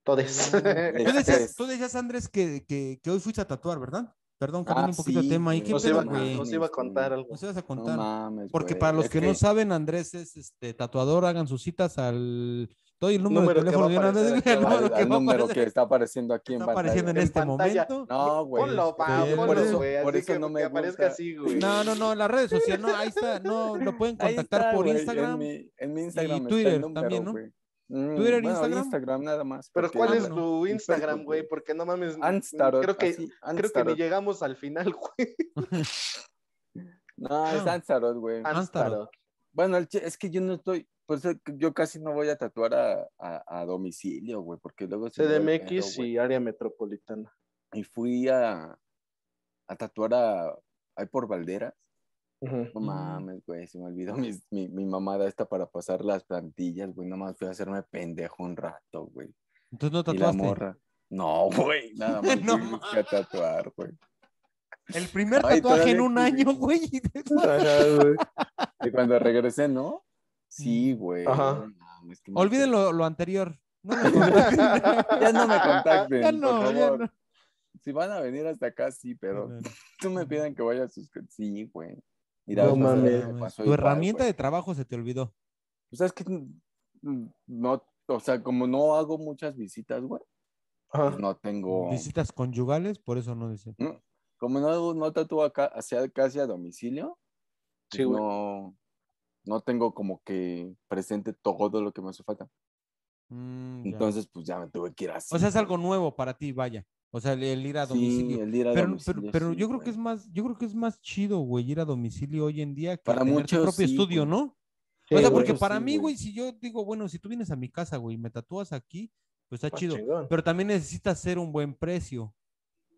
B: Todos.
C: Todes.
A: Tú decías,
B: Estrés.
A: tú decías, Andrés, que, que- que hoy fuiste a tatuar, ¿verdad? Perdón,
B: Ah,
A: cambiando un poquito
B: sí,
A: de tema. ¿Y
B: güey.
A: qué
B: No
C: Nos
B: se
A: pedo,
C: iba,
B: van a-
A: güey?
C: nos iba a contar algo.
A: Nos ibas a
B: No
A: contar.
B: mames,
A: Porque
B: güey.
A: para los
B: Es
A: que, no saben, Andrés es este tatuador, hagan sus citas al. Doy el número,
C: Número
A: de
C: que va
A: teléfono
C: a
A: de una
C: aparecer
A: vez,
C: aquí
A: el
C: abajo,
A: número
B: Al,
A: que
B: al
A: va a
B: número
A: aparecer,
B: que está apareciendo aquí en
A: está
B: pantalla.
A: apareciendo en,
C: En
A: este
C: pantalla.
A: momento.
B: No, güey.
C: Ponlo, pa,
A: Este,
C: ponlo,
A: por eso-
C: güey.
B: por
C: así
B: eso
C: que,
B: no me
C: que aparezca
B: gusta.
C: así, güey.
A: No, no, no, en las redes sociales, no, ahí está, no, lo pueden
B: Ahí
A: contactar
B: está,
A: por
B: güey,
A: Instagram.
B: En mi, en mi Instagram está
A: Twitter
B: el número,
A: también, ¿no?
B: güey. Mm,
A: Twitter, e
B: bueno,
A: Instagram.
B: nada más.
C: Pero
B: porque-
C: ¿cuál
A: Ah,
C: es
A: no.
C: tu
B: En
C: Instagram,
B: Facebook,
C: güey? Porque no mames.
B: Anstarot,
C: creo que,
B: así,
C: creo que ni
B: Anstarot.
C: llegamos al final, güey.
B: No, es
A: No.
B: Anstarot, güey.
A: Anstarot.
B: Bueno, el che- es que yo no estoy, pues eh, yo casi no voy a tatuar a, a, a domicilio, güey, porque luego se me va el pedo,
C: CDMX
B: güey.
C: y área metropolitana.
B: Y fui a, a tatuar a, ahí por Valderas.
C: Ujú.
B: No
A: Ujú.
B: mames, güey, se me olvidó mis- mi, mi mamada esta para pasar las plantillas, güey, nomás fui a hacerme pendejo un rato, güey.
A: Entonces no
B: Y la
A: tatuaste.
B: morra. No, güey, nada más
A: No
B: fui a tatuar, güey.
A: El primer
B: Ay,
A: tatuaje en
B: todavía
A: un
B: que-
A: año, güey. y te-
C: Ajá, güey.
B: Y cuando regresé, ¿no? Sí,
A: Mm.
B: güey.
C: Ajá.
B: no mames, que me-
A: Olvídenlo lo anterior. No me contacten.
B: Ya no me contacten,
A: Ya no,
B: por
A: ya
B: favor.
A: no.
B: si van a venir hasta acá, sí, pero tú me pidan que vaya a sus... Sí, güey. Mira,
A: No
B: me pasó-
A: mames.
B: me
A: Tu
B: pasó igual,
A: herramienta
B: güey.
A: de trabajo se te olvidó.
B: O sea, es que mm, no, o sea, como no hago muchas visitas, güey, pues
A: Ah.
C: Ajá.
B: no tengo...
A: Visitas conyugales, por eso no dice.
B: Como no, hago- no tatúo acá, hacia, casi a domicilio,
C: Sí, güey.
B: no, no tengo como que presente todo lo que me hace falta.
A: Mm, ya.
B: Entonces, pues ya me tuve que ir así.
A: o sea, es algo nuevo para ti, vaya. O sea, el, el ir a domicilio.
B: Sí, el ir a
A: pero,
B: domicilio,
A: pero- pero
B: sí,
A: yo creo
B: güey.
A: que es más, yo creo que es más chido, güey, ir a domicilio hoy en día que
B: Para
A: tener tu
B: muchos,
A: propio
B: sí,
A: estudio,
B: güey.
A: ¿no?
C: Sí,
A: o sea,
C: güey.
A: porque
B: muchos
A: para
B: sí,
A: mí,
B: güey.
A: güey, si yo digo, bueno, si tú vienes a mi casa, güey, y me tatúas aquí, pues está
C: Está
A: chido.
C: chingón.
A: Pero también necesitas hacer un buen precio.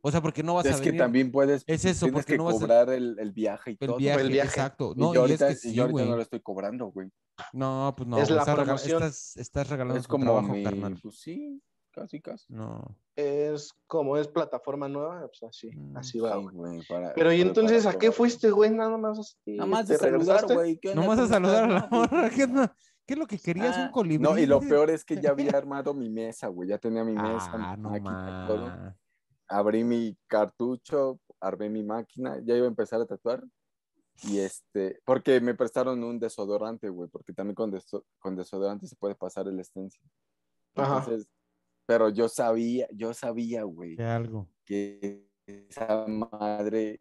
A: O sea, porque no vas
B: es
A: a
B: que
A: venir
B: también puedes
A: Es eso,
B: tienes
A: porque
B: que
A: no vas a-
B: cobrar el, el viaje y
A: el
B: todo.
A: viaje,
C: el viaje.
A: exacto.
B: Y
A: No,
B: yo
A: y es
B: ahorita,
A: que
B: y yo
A: sí,
B: ahorita
A: güey.
B: no lo estoy cobrando, güey.
A: No, pues no.
C: Es la
A: estás, rega-
C: promoción.
A: estás- estás regalando
B: Es
A: tu
B: como
A: trabajo,
B: mi-
A: carnal.
B: pues sí, casi casi.
A: No.
C: Es como es plataforma nueva, pues así,
A: Mm,
C: así va,
B: Sí,
C: güey.
B: güey, para-
C: Pero y
B: para-
C: entonces,
B: para
C: ¿a qué
B: cobrar.
C: fuiste, güey? Nada más así.
B: Nada más
C: ¿te
B: de saludar,
C: regresaste?
B: güey. ¿qué onda?
A: Nomás a
B: ¿Cómo
A: saludar a la
B: estás?
A: morra. ¿Qué es, lo- qué es lo que querías?
B: Ah,
A: ¿Un colibrí?
B: No, y lo
A: Dice.
B: peor es que ya había armado mi mesa, güey. Ya tenía mi mesa,
A: Ah,
B: mi
A: no
B: máquina, todo.
A: más.
B: Abrí mi cartucho, armé mi máquina, ya iba a empezar a tatuar. Y este, porque me prestaron un desodorante, güey, porque también con, deso- con desodorante se puede pasar el stencil.
C: Ajá.
B: Entonces, pero yo sabía, yo sabía, güey,
A: Que algo.
B: que esa madre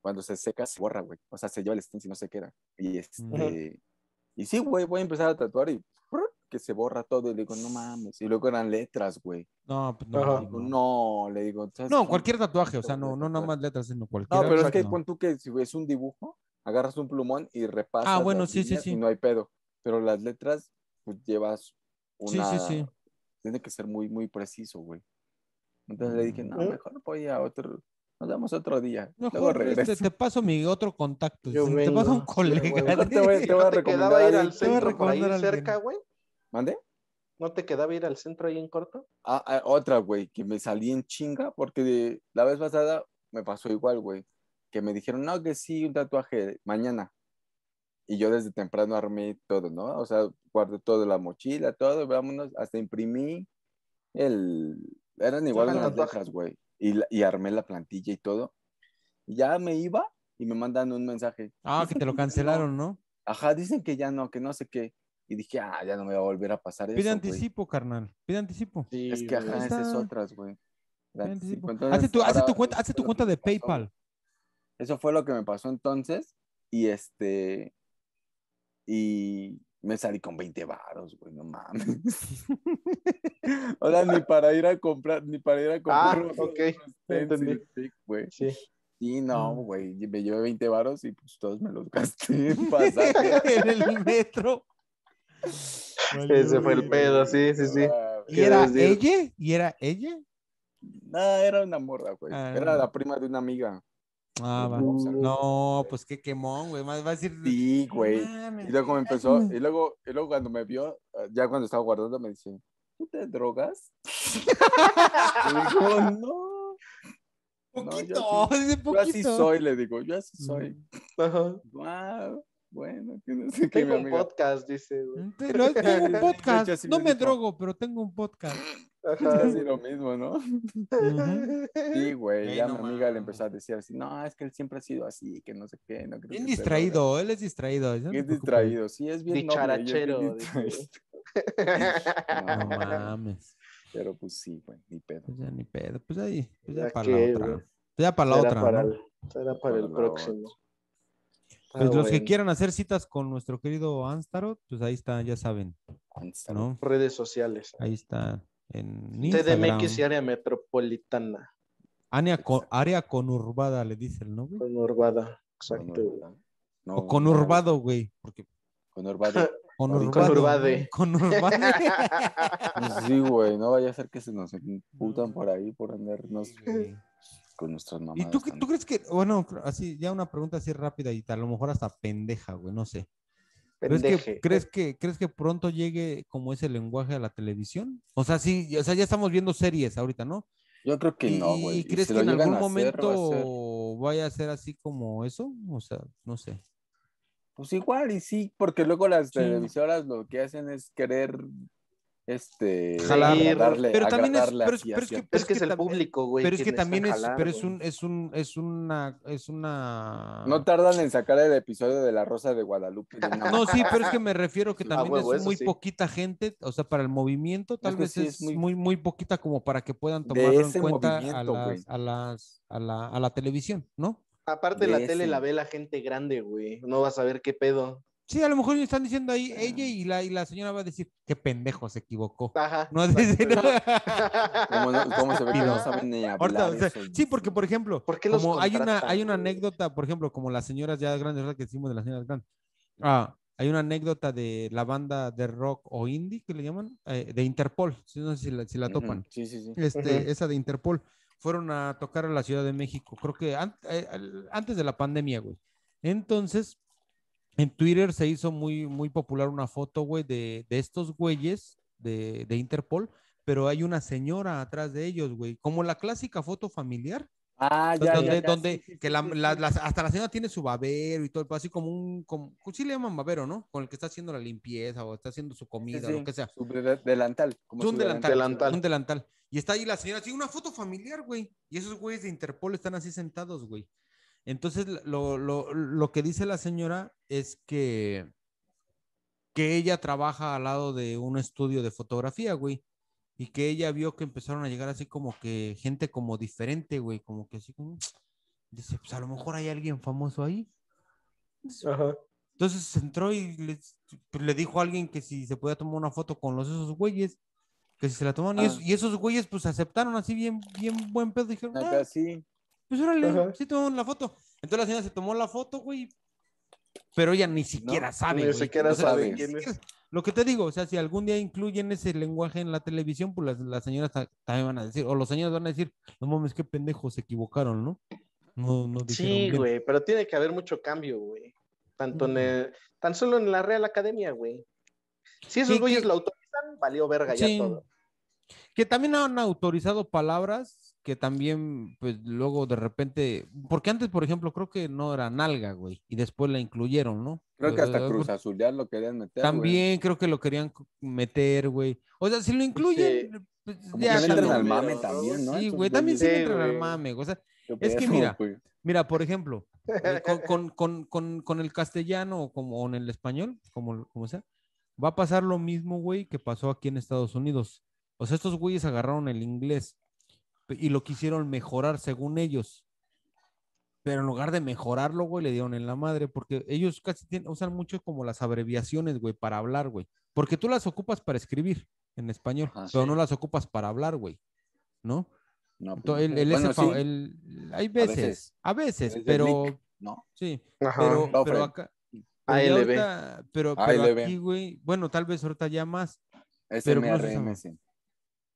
B: cuando se seca se borra, güey. O sea, se lleva el stencil, no se queda. Y este,
A: Ujú.
B: y sí, güey, voy a empezar a tatuar y ¡prr! que se borra todo. Y le digo, no mames. Y luego eran letras, güey.
A: No, pues no.
C: Ajá.
A: sí,
B: Digo,
A: no.
B: no, le digo. ¿sabes
A: No,
B: qué?
A: cualquier tatuaje, o sea, no, no
B: Tatuaje.
A: nada más letras, sino cualquier
B: No, pero es que
A: no.
B: pon tú que si es un dibujo, agarras un plumón y repasas.
A: Ah, bueno,
B: las
A: sí, sí,
B: líneas
A: sí.
B: Y no hay pedo. Pero las letras, pues llevas
A: Sí,
B: una.
A: sí, sí.
B: Tiene que ser muy, muy preciso, güey. Entonces le dije, no,
C: Ujú.
B: mejor voy a otro. Nos vemos otro día. Luego
A: Mejor este,
B: regreso.
A: te paso mi otro contacto.
C: Yo
A: si te paso un
C: vengo.
A: colega.
B: Mejor te voy- te voy
C: ¿No
B: a
C: te
B: recomendar
C: quedaba ir
B: a alguien.
C: al
A: Te voy a
C: centro para ir
A: recomendar a alguien.
C: cerca, güey?
B: ¿Mande?
C: ¿No te quedaba ir al centro ahí en corto?
B: Ah, ah, otra, güey, que me salí en chinga porque de- la vez pasada me pasó igual, güey. Que me dijeron, no, que sí, un tatuaje mañana. Y yo desde temprano armé todo, ¿no? O sea, guardé todo, la mochila, todo, vámonos, hasta imprimí el... Eran igual
C: Ajá,
B: unas
C: tatuaje.
B: letras, güey. Y, la- y armé la plantilla y todo. Y ya me iba y me mandan un mensaje.
A: Ah, que te lo cancelaron, ¿no?
B: Ajá, dicen que ya no, que no sé qué. Y dije, ah, ya no me va a volver a pasar eso,
A: Pide
B: güey".
A: anticipo, carnal. Pide anticipo.
C: Sí,
B: Es que ajá,
A: está.
B: esas otras, güey. La
A: Pide anticipo.
B: anticipo. Entonces,
A: Hace tu, hace
B: ahora,
A: tu cuenta,
B: eso
A: hace
B: fue
A: tu
B: lo
A: cuenta
B: que
A: de
B: me pasó,
A: PayPal.
B: güey. Eso fue lo que me pasó entonces. Y este. Y me salí con 20 varos, güey, no mames. Ahora ni para ir a comprar, ni para ir a comprar.
C: Ah,
B: unos
C: ok,
B: stencils,
C: entendí.
B: sí, güey.
C: Sí.
B: Sí, no,
A: Mm.
B: güey. Me llevé 20 varos y pues todos me los gasté en pasaje.
A: en el metro.
C: Ese fue el pedo, sí, sí, sí.
B: Ah,
A: ¿Y
C: ¿Qué
A: era
C: debes de ir?
A: ella? ¿Y era ella?
B: Nada, era una morra, güey.
A: Ah,
B: Era
A: no.
B: la prima de una amiga.
A: Ah, va.
B: O sea,
A: No, pues qué quemón, güey. Más va a decir.
B: Sí, güey.
A: mames,
B: Y luego me
A: ay,
B: empezó,
A: güey.
B: y luego, y luego cuando me vio, eh, ya cuando estaba guardando, me dice, ¿tú te drogas? Y le digo, no, yo
A: Poquito, dice
B: yo así
A: poquito.
B: soy, le digo, yo así soy.
C: Ajá.
B: Guau, bueno, que no sé qué, mi
C: Tengo un
B: amiga.
C: podcast, dice, güey.
A: Te- lo- Tengo un
B: De
A: podcast.
B: hecho, así
A: no
B: me
A: me
B: dijo.
A: drogo, pero tengo un podcast.
C: Ajá.
B: Casi lo mismo, ¿no?
A: Ujú.
B: Sí, güey,
A: Güey,
B: ya
A: no
B: mi amiga le
A: mames.
B: empezó a decir así, no, es que él siempre ha sido así, que no sé qué. No creo que
A: Bien
B: se drogue".
A: distraído, él es distraído. ya no
B: Es
A: te preocupes.
B: distraído, sí, es bien noble y es bien
C: Dicharachero,
B: distraído.
C: dice.
A: No
B: No,
A: mames.
B: pero pues sí, güey, ni pedo.
A: Pues ya ni pedo. Pues ahí, pues ya
C: Ya
A: para
C: que,
A: la otra.
C: güey.
A: Pues ya para la
C: Será
A: otra.
C: para
A: ¿no?
C: el- será para el
B: Para la
C: próximo. Ah,
A: Pues los que
C: bueno.
A: quieran hacer citas con nuestro querido Anstarot, pues ahí está, ya saben,
B: Antes,
A: ¿no?
C: Redes sociales.
A: Ahí está en Instagram.
C: CDMX y área metropolitana,
A: Área con- área conurbada le dice el nombre.
C: conurbada.
B: con
C: Exacto. güey.
B: Urbano. No,
A: O conurbado, güey. Porque
B: Con Urbano.
A: conurbado.
C: Conurbade.
A: Conurbade.
B: Pues Sí, güey, no vaya a ser que se nos putan por ahí por andarnos con nuestras mamás.
A: ¿Y tú, qué- tú crees que, bueno, cr- así, ya una pregunta así rápida y a lo mejor hasta pendeja, güey, no sé. ¿Crees que,
C: Pendeje.
A: ¿crees, que, ¿Crees que pronto llegue como ese lenguaje a la televisión? O sea, sí, o sea, ya estamos viendo series ahorita, ¿no?
B: Yo creo que
A: ¿Y,
B: no, güey.
A: y crees
B: si
A: que
B: lo
A: en algún
B: llegan a hacer, va a ser-
A: momento vaya a ser así como eso? O sea, no sé.
B: Pues igual, y sí, porque luego las
A: Sí.
B: televisoras lo que hacen es querer este
A: Jalar.
B: agradarle-
A: Pero también es,
B: agradarle
A: pero
B: a
A: es-
B: sí, a
A: pero es
B: sí,
A: que,
B: a sí.
A: pero
C: es que es el
A: también-
C: público, güey.
A: Pero es que
C: quienes
A: también
C: están
A: es,
C: jalando,
A: pero es un,
C: güey.
A: es un, es una, es una.
B: No tardan en sacar el episodio de La Rosa de Guadalupe. de una-
A: No, sí, pero es que me refiero que
C: A
A: también
C: huevo,
A: es
C: eso
A: muy
C: sí.
A: poquita gente, o sea, para el movimiento tal
B: que
A: vez
B: sí,
A: es,
B: es muy-
A: muy... muy poquita como para que puedan
B: De
A: tomarlo en
B: ese
A: cuenta a,
B: movimiento, güey.
A: las, a, las, a, la, a la televisión, ¿no?
C: Aparte la
B: de
C: tele
B: ese.
C: la ve la gente grande, güey. No vas a ver qué pedo.
A: Sí, a lo mejor están diciendo ahí
B: Ah.
A: ella y la, y la señora va a decir, qué pendejo, se equivocó.
C: Ajá.
A: No, sí, sí, no.
B: ¿Cómo, no- cómo se ve que
A: Pido.
B: no saben ni hablar
A: Ahorita, o sea,
B: eso,
A: sí, porque por ejemplo,
C: ¿Por qué los
A: como hay una,
C: contratan,
A: hay una
C: güey?
A: anécdota, por ejemplo, como las señoras ya grandes, ¿verdad? Que decimos de las señoras grandes. Ah, hay una anécdota de la banda de rock o indie, que le llaman, Eh, de Interpol, si- no sé si la, si la
B: Ujú,
A: topan.
B: Sí, sí, sí.
A: Este,
C: Ujú.
A: Esa de Interpol. Fueron a tocar a la Ciudad de México, creo que an- eh, al- antes de la pandemia, güey. Entonces, en Twitter se hizo muy, muy popular una foto, güey, de, de estos güeyes de, de Interpol, pero hay una señora atrás de ellos, güey. Como la clásica foto familiar,
B: Ah, ya,
A: donde
B: ya, ya,
A: donde
B: sí, sí,
A: que
B: sí,
A: la-
B: sí,
A: la-
B: sí.
A: las- hasta la señora tiene su babero y todo el así como un como pues, sí le llaman babero no con el que está haciendo la limpieza o está haciendo su comida
B: sí.
A: lo que sea
B: Su de- delantal. como
A: es un
B: su
A: delantal,
C: delantal.
A: un delantal y está ahí la señora así una foto familiar güey y esos güeyes de Interpol están así sentados güey entonces lo, lo, lo que dice la señora es que que ella trabaja al lado de un estudio de fotografía güey y que ella vio que empezaron a llegar así como que gente como diferente, güey, como que así como, "Mm, dice, pues a lo mejor hay alguien famoso ahí.
C: Ajá.
A: Entonces entró y les- pues, le, dijo a alguien que si se podía tomar una foto con los esos güeyes, que si se la tomaban, y,
B: Ah.
A: es- y esos güeyes pues aceptaron así bien, bien buen pedo, dijeron,
B: Acá
A: "Ah,
B: sí.
A: pues órale,
C: Ajá.
A: sí tomaron la foto. Entonces la señora se tomó la foto, güey, pero ella ni siquiera sabe,
C: ni
A: güey.
C: siquiera
A: O sea,
B: sabe
A: ni
C: quién es.
A: siquiera- Lo que te digo, o sea, si algún día incluyen ese lenguaje en la televisión, pues las, las señoras ta- también van a decir, o los señores van a decir, no mames, qué pendejos, se equivocaron, ¿no? No, no dijeron
C: Sí,
A: bien".
C: güey, pero tiene que haber mucho cambio, güey. Tanto en
A: Ujú.
C: el- tan solo en la Real Academia, güey. Si esos
A: Sí,
C: güeyes
A: que-
C: lo autorizan, valió verga
A: Sí.
C: ya todo.
A: Que también han autorizado palabras que también, pues luego de repente, porque antes, por ejemplo, creo que no era nalga, güey, y después la incluyeron, ¿no?
B: Creo que hasta
A: Eh,
B: Cruz Azul ya lo querían meter. güey.
A: También creo que lo querían cu- meter, güey. O sea, si lo incluyen, pues,
B: Como
A: ya
B: que le entran
A: jalo.
B: al
C: no,
B: mame
C: pero-
B: también, ¿no?
A: Sí,
B: Estos
A: güey, también
B: güeyes.
A: se
C: Sí,
A: entran al
C: güey.
A: mame. güey. O sea,
B: Qué
A: es que
B: pedo,
A: mira,
B: güey.
A: mira, por ejemplo, eh, con, con- con- con- con el castellano o como o en el español, como, como sea, va a pasar lo mismo, güey, que pasó aquí en Estados Unidos. O sea, estos güeyes agarraron el inglés pe- y lo quisieron mejorar según ellos. Pero en lugar de mejorarlo, güey, le dieron en la madre, porque ellos casi tien- usan mucho como las abreviaciones, güey, para hablar, güey. Porque tú las ocupas para escribir en español,
B: Ajá,
A: pero
B: sí.
A: no las ocupas para hablar, güey. ¿No?
B: No, pues,
A: Entonces, el, el
B: bueno,
A: ese
B: sí,
A: fa- el- hay veces,
B: veces.
A: a veces,
B: Es de
A: pero
B: Nick, ¿no?
A: sí,
C: Ajá.
A: pero, pero
B: No, Fred.
A: acá, pero ya
C: ALB.
A: ahorita- pero, pero
B: ALB.
A: aquí, güey, bueno, tal vez ahorita ya más, pero no se llama.
B: SMRMS.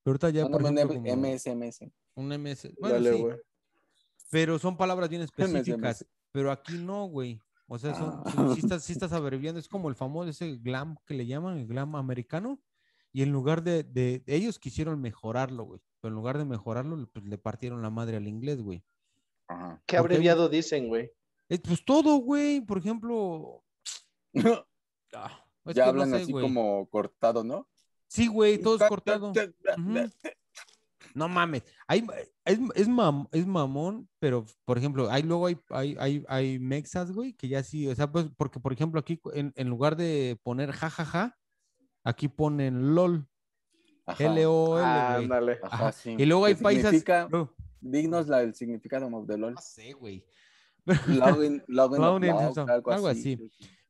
A: pero ahorita ya, por
B: Mándame
A: ejemplo,
B: un
A: como
B: MSMS.
A: un MS, bueno,
C: Dale,
A: sí,
C: güey.
A: pero son palabras bien
B: MS.
A: específicas, pero aquí no, güey, o sea, son,
B: Ah.
A: son- sí estás, sí estás abreviando, es como el famoso, ese glam que le llaman, el glam americano, y en lugar de, de ellos quisieron mejorarlo, güey, pero en lugar de mejorarlo, pues le partieron la madre al inglés, güey.
B: Ajá.
C: ¿Qué
A: ¿Por qué,
C: abreviado dicen, güey?
A: Eh, pues todo, güey, por ejemplo, ah, es que
B: ya
A: no
B: hablan
A: sé,
B: así
A: güey.
B: como cortado, ¿no?
A: Sí, güey, todo es cortado. Ujú.
B: Ujú.
A: No mames. Hay, es, es, mam- es mamón, pero por ejemplo, hay luego hay, hay, hay, hay mexas, güey, que ya sí, o sea, pues, porque por ejemplo aquí en, en lugar de poner jajaja, aquí ponen LOL,
B: Ajá. Ah,
A: L-O-L, güey.
C: Ándale.
A: Ajá.
B: Ajá, sí.
A: Y luego hay
B: Que
A: paisas. Ah,
B: significa-
A: luego-
B: Dignos la, el significado of the LOL.
A: no sé, güey.
B: Login,
A: Login
B: login, of
A: in
B: log,
A: some-
B: algo,
A: algo
B: así.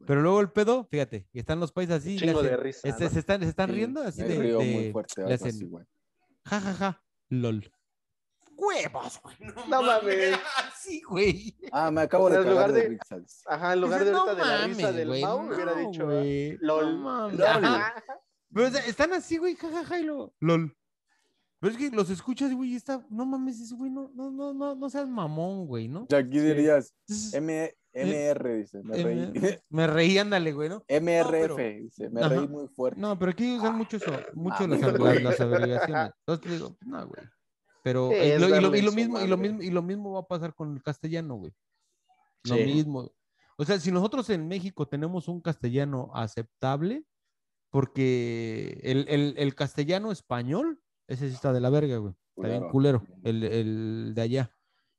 A: Pero luego el pedo, fíjate, y están los paisas así. y le
C: Chingo de
A: hacen-
C: risa.
A: este-
C: ¿no?
A: se, están, se están
B: Sí,
A: riendo así
B: me
A: de,
B: río muy
A: de
B: fuerte,
A: le
B: algo
A: hacen-
B: así, güey.
A: Ja, ja, ja, lol. ¡Huevos, güey! No,
C: No mames.
A: Sí, güey.
B: Ah, me acabo de
C: En
B: cagar
C: lugar
B: de
C: de-
B: risas.
C: Ajá, en lugar de
A: Dices,
C: ahorita
A: "No
C: de la risa
A: mames,
C: del
A: güey,
C: Mau, hubiera
A: no,
C: dicho "Ah,
A: güey,
C: LOL.
A: no mames.
B: LOL.
A: Ajá. Pero, o sea, están así, güey, jajaja, y luego, lol. Pero es que los escuchas, güey, y está, no mames, ese güey, no, no, no, no, no seas mamón, güey, ¿no?
B: Y aquí dirías,
A: Entonces,
B: M, MR, dice, me reí.
A: eh, me reí, ándale, güey, ¿no?
B: MRF, dice, me
A: Ajá.
B: reí muy fuerte.
A: No, pero aquí usan mucho
C: Ah,
A: eso, mucho las,
B: mames,
A: las,
C: güey.
A: las abreviaciones. Entonces te digo, no, güey. Pero,
C: Sí,
A: eh,
C: es
A: lo- y, lo,
C: darle
A: y lo
C: su
A: mismo, y lo
C: madre.
A: mismo, y lo mismo va a pasar con el castellano, güey. Lo
C: Sí.
A: mismo. O sea, si nosotros en México tenemos un castellano aceptable, Porque el, el- el castellano español, ese sí está de la verga, güey. Está bien culero, el, el de allá.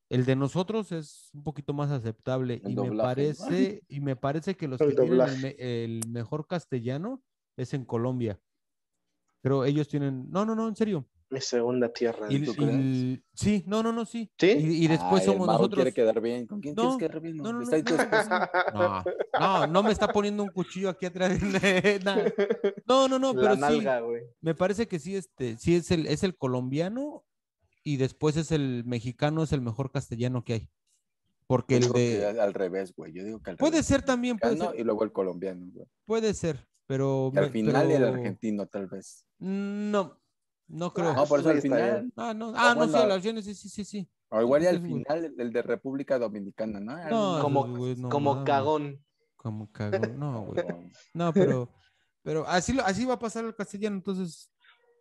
A: El de nosotros es un poquito más aceptable
B: El
A: y me
B: doblaje.
A: parece y me parece que los
C: El
A: que tienen el,
C: doblaje.
A: me- el mejor castellano es en Colombia. Pero ellos tienen, no, no, no, en serio.
C: Mi segunda tierra.
A: Y-
B: ¿tú
A: y-
B: crees?
A: sí, no, no, no, sí.
C: ¿Sí?
A: Y, y después
B: Ay, el
A: somos
B: mago
A: nosotros.
B: quiere quedar bien. ¿Con quién
A: No,
B: quieres quedar bien?
A: no, no,
B: Está este
A: no,
B: ahí tu
A: no.
B: esposa.
A: No, no, no me está poniendo un cuchillo aquí atrás. de- na- No, no, no, pero
C: la
A: sí,
C: nalga, güey.
A: me parece que sí, este, sí es el, es el colombiano y después es el mexicano, es el mejor castellano que hay. Porque
B: Yo
A: el
B: digo que
A: de...
B: al- al revés, güey. Yo digo que al
A: Puede
B: revés.
A: ser también, puede
B: Mexicano
A: ser,
B: Y luego el colombiano, güey.
A: puede ser, pero...
B: Y al
A: me-
B: final el
A: pero-
B: argentino, tal vez.
A: No, no creo.
B: No, por eso al
C: está
B: final.
C: bien.
A: Ah, no, ah, no,
B: bueno.
A: sí, las opciones, sí, sí, sí, sí.
B: O igual y al
A: Sí, güey.
B: final el- el de República Dominicana, ¿no?
A: No,
B: Algo-
C: Como,
A: esos güeyes no
C: como
A: mames.
C: cagón.
A: Como cagón, no, güey. No, pero, pero así, lo- así va a pasar el castellano, entonces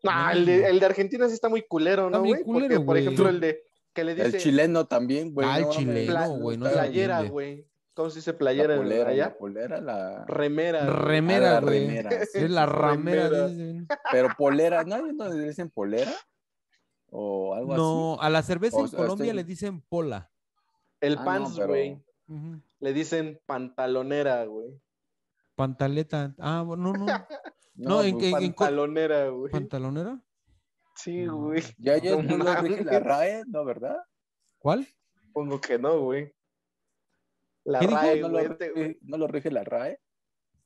C: No,
A: No,
C: el, de,
A: güey.
C: el de Argentina sí está muy culero,
A: Está
C: ¿no,
A: bien
C: güey?
A: culero,
C: Porque, por
A: güey.
C: ejemplo, el de que le
B: El
C: dice
B: chileno también, güey.
A: Ah, el
B: no mames.
A: chileno,
C: Pla-
A: güey, no se
C: playera,
A: entiende.
C: güey. ¿Cómo se dice
B: La
C: playera en-
B: polera,
C: allá?
B: la polera, la...
C: Remera. güey.
A: Remera,
B: Ah, la
A: güey.
B: remera, sí,
A: es la
B: sí.
A: ramera.
C: Remera.
A: dicen.
B: Pero polera, ¿no? ¿No le dicen polera? O algo así.
A: No, a la cerveza
B: O
A: en
B: sea,
A: Colombia
B: estoy-
A: le dicen pola.
C: El
B: Ah, no,
C: pants,
B: pero-
C: güey.
A: Ujú.
C: Le dicen pantalonera, güey.
A: Pantaleta. Ah, bueno, no, no. no, en
B: pues,
A: que-
B: pa-
A: co-
C: Pantalonera, güey.
A: ¿Pantalonera?
C: Sí, güey.
B: Ya ya
C: No
B: no lo rige la
C: mames.
B: RAE, ¿no, verdad?
A: ¿Cuál?
C: Supongo que no, güey. La
A: ¿Qué dijo?
C: RAE,
B: ¿No lo,
C: güey.
B: rige, no lo rige la RAE?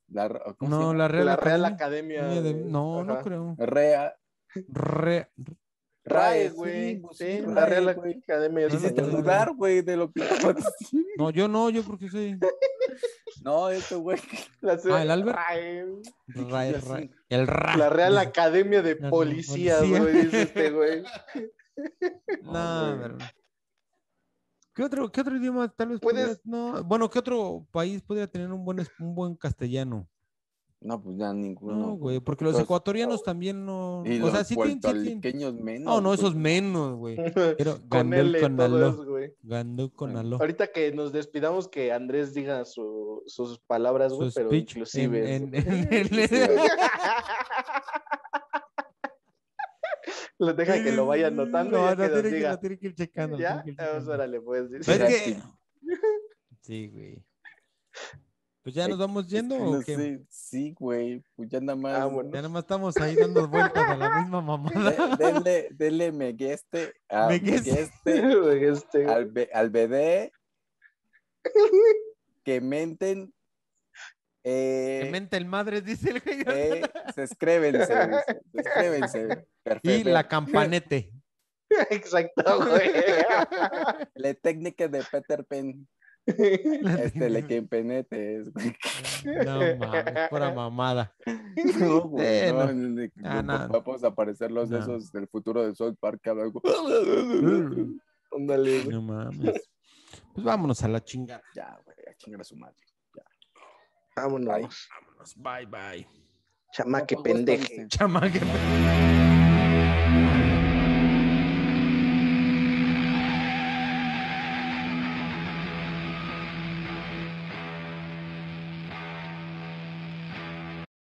B: La, ra- ¿cómo se
A: No,
B: llama?
A: la Real
C: La Real
A: Academia
C: Academia.
A: de-
C: güey.
A: No, no
C: Ajá.
A: creo.
B: Rea-
A: Re-
C: RAE,
B: sí,
C: güey.
B: pues
C: Sí,
B: sí,
C: la
B: RAE,
C: Real
B: güey.
C: Academia.
A: Sí, sí,
B: Hiciste
A: está
C: Española.
B: dudar, güey, de lo que acabas de decir.
A: No, yo no, yo porque soy.
B: No, este güey.
C: La,
A: Ah, el Albert.
C: RAE.
A: Ra-
B: ya
A: ra-
B: sí.
A: el ra.
C: La Real Academia de
A: La Real
C: Policías,
A: Policía.
C: güey, dice este güey.
A: No,
B: güey.
A: pero- ¿Qué otro, ¿Qué otro idioma tal vez podría-
C: Puedes-
A: no, bueno, ¿qué otro país podría tener un buen, es- un buen castellano?
B: No, pues ya ninguno.
A: No, güey, porque los
B: Entonces,
A: ecuatorianos también no.
B: Y
A: O
B: los
A: sea, sí tienen. sí tienen-
B: puertorriqueños menos.
A: No, no,
B: güey.
A: esos menos, güey. Pero
C: pues, Con
A: ganó el
C: L y todo
A: Conaló.
C: eso, güey.
A: Ganó con Aló.
C: Ahorita que nos despidamos, que Andrés diga su- sus palabras, güey,
A: Su
C: pero
A: speech.
C: inclusive.
A: en- en- en-
C: Lo deja que lo vaya anotando.
A: No,
C: ya
A: no,
C: que nos
A: tiene que,
C: diga.
A: lo tiene que ir checando. lo
C: ¿Ya?
A: tiene que ir
C: Ah, pues,
A: checando.
C: órale, pues. dice.
A: Pero es que.
B: Gratis.
A: Sí, güey. Pues ya nos vamos
B: Es que
A: yendo.
B: no
A: ¿o qué?
B: sé, sí, güey, pues ya nada más.
C: Ah,
A: Ya
C: bueno.
A: nada más estamos ahí dando vueltas a la misma mamada.
B: de- denle, denle megueste a
A: Megueste.
B: megueste,
C: Este,
B: al, be- al bebé, que menten, eh,
A: Que mente el madre, dice el güey.
B: eh, se escrébense, dice, se escrébense,
A: Y
B: perfecto.
A: la campanete.
C: Exacto, güey.
B: La técnica de Peter Pan, este, le que penetes, güey.
A: No mames, pura mamada.
B: No, güey,
A: Eh,
B: no,
A: no.
B: ni- ni-
A: Ah,
B: no,
A: no.
B: pues, Vamos a aparecer los de
A: No.
B: esos del futuro de South Park que hablan,
C: Ándale, güey.
A: No mames. Pues vámonos a la chingada.
B: Ya, güey, a chingar a su madre.
C: Vámonos.
B: Ay,
A: Vámonos. Bye, bye.
C: Chamaque
B: Tampoco es tan
C: pendeje.
B: sen-
A: Chamaque.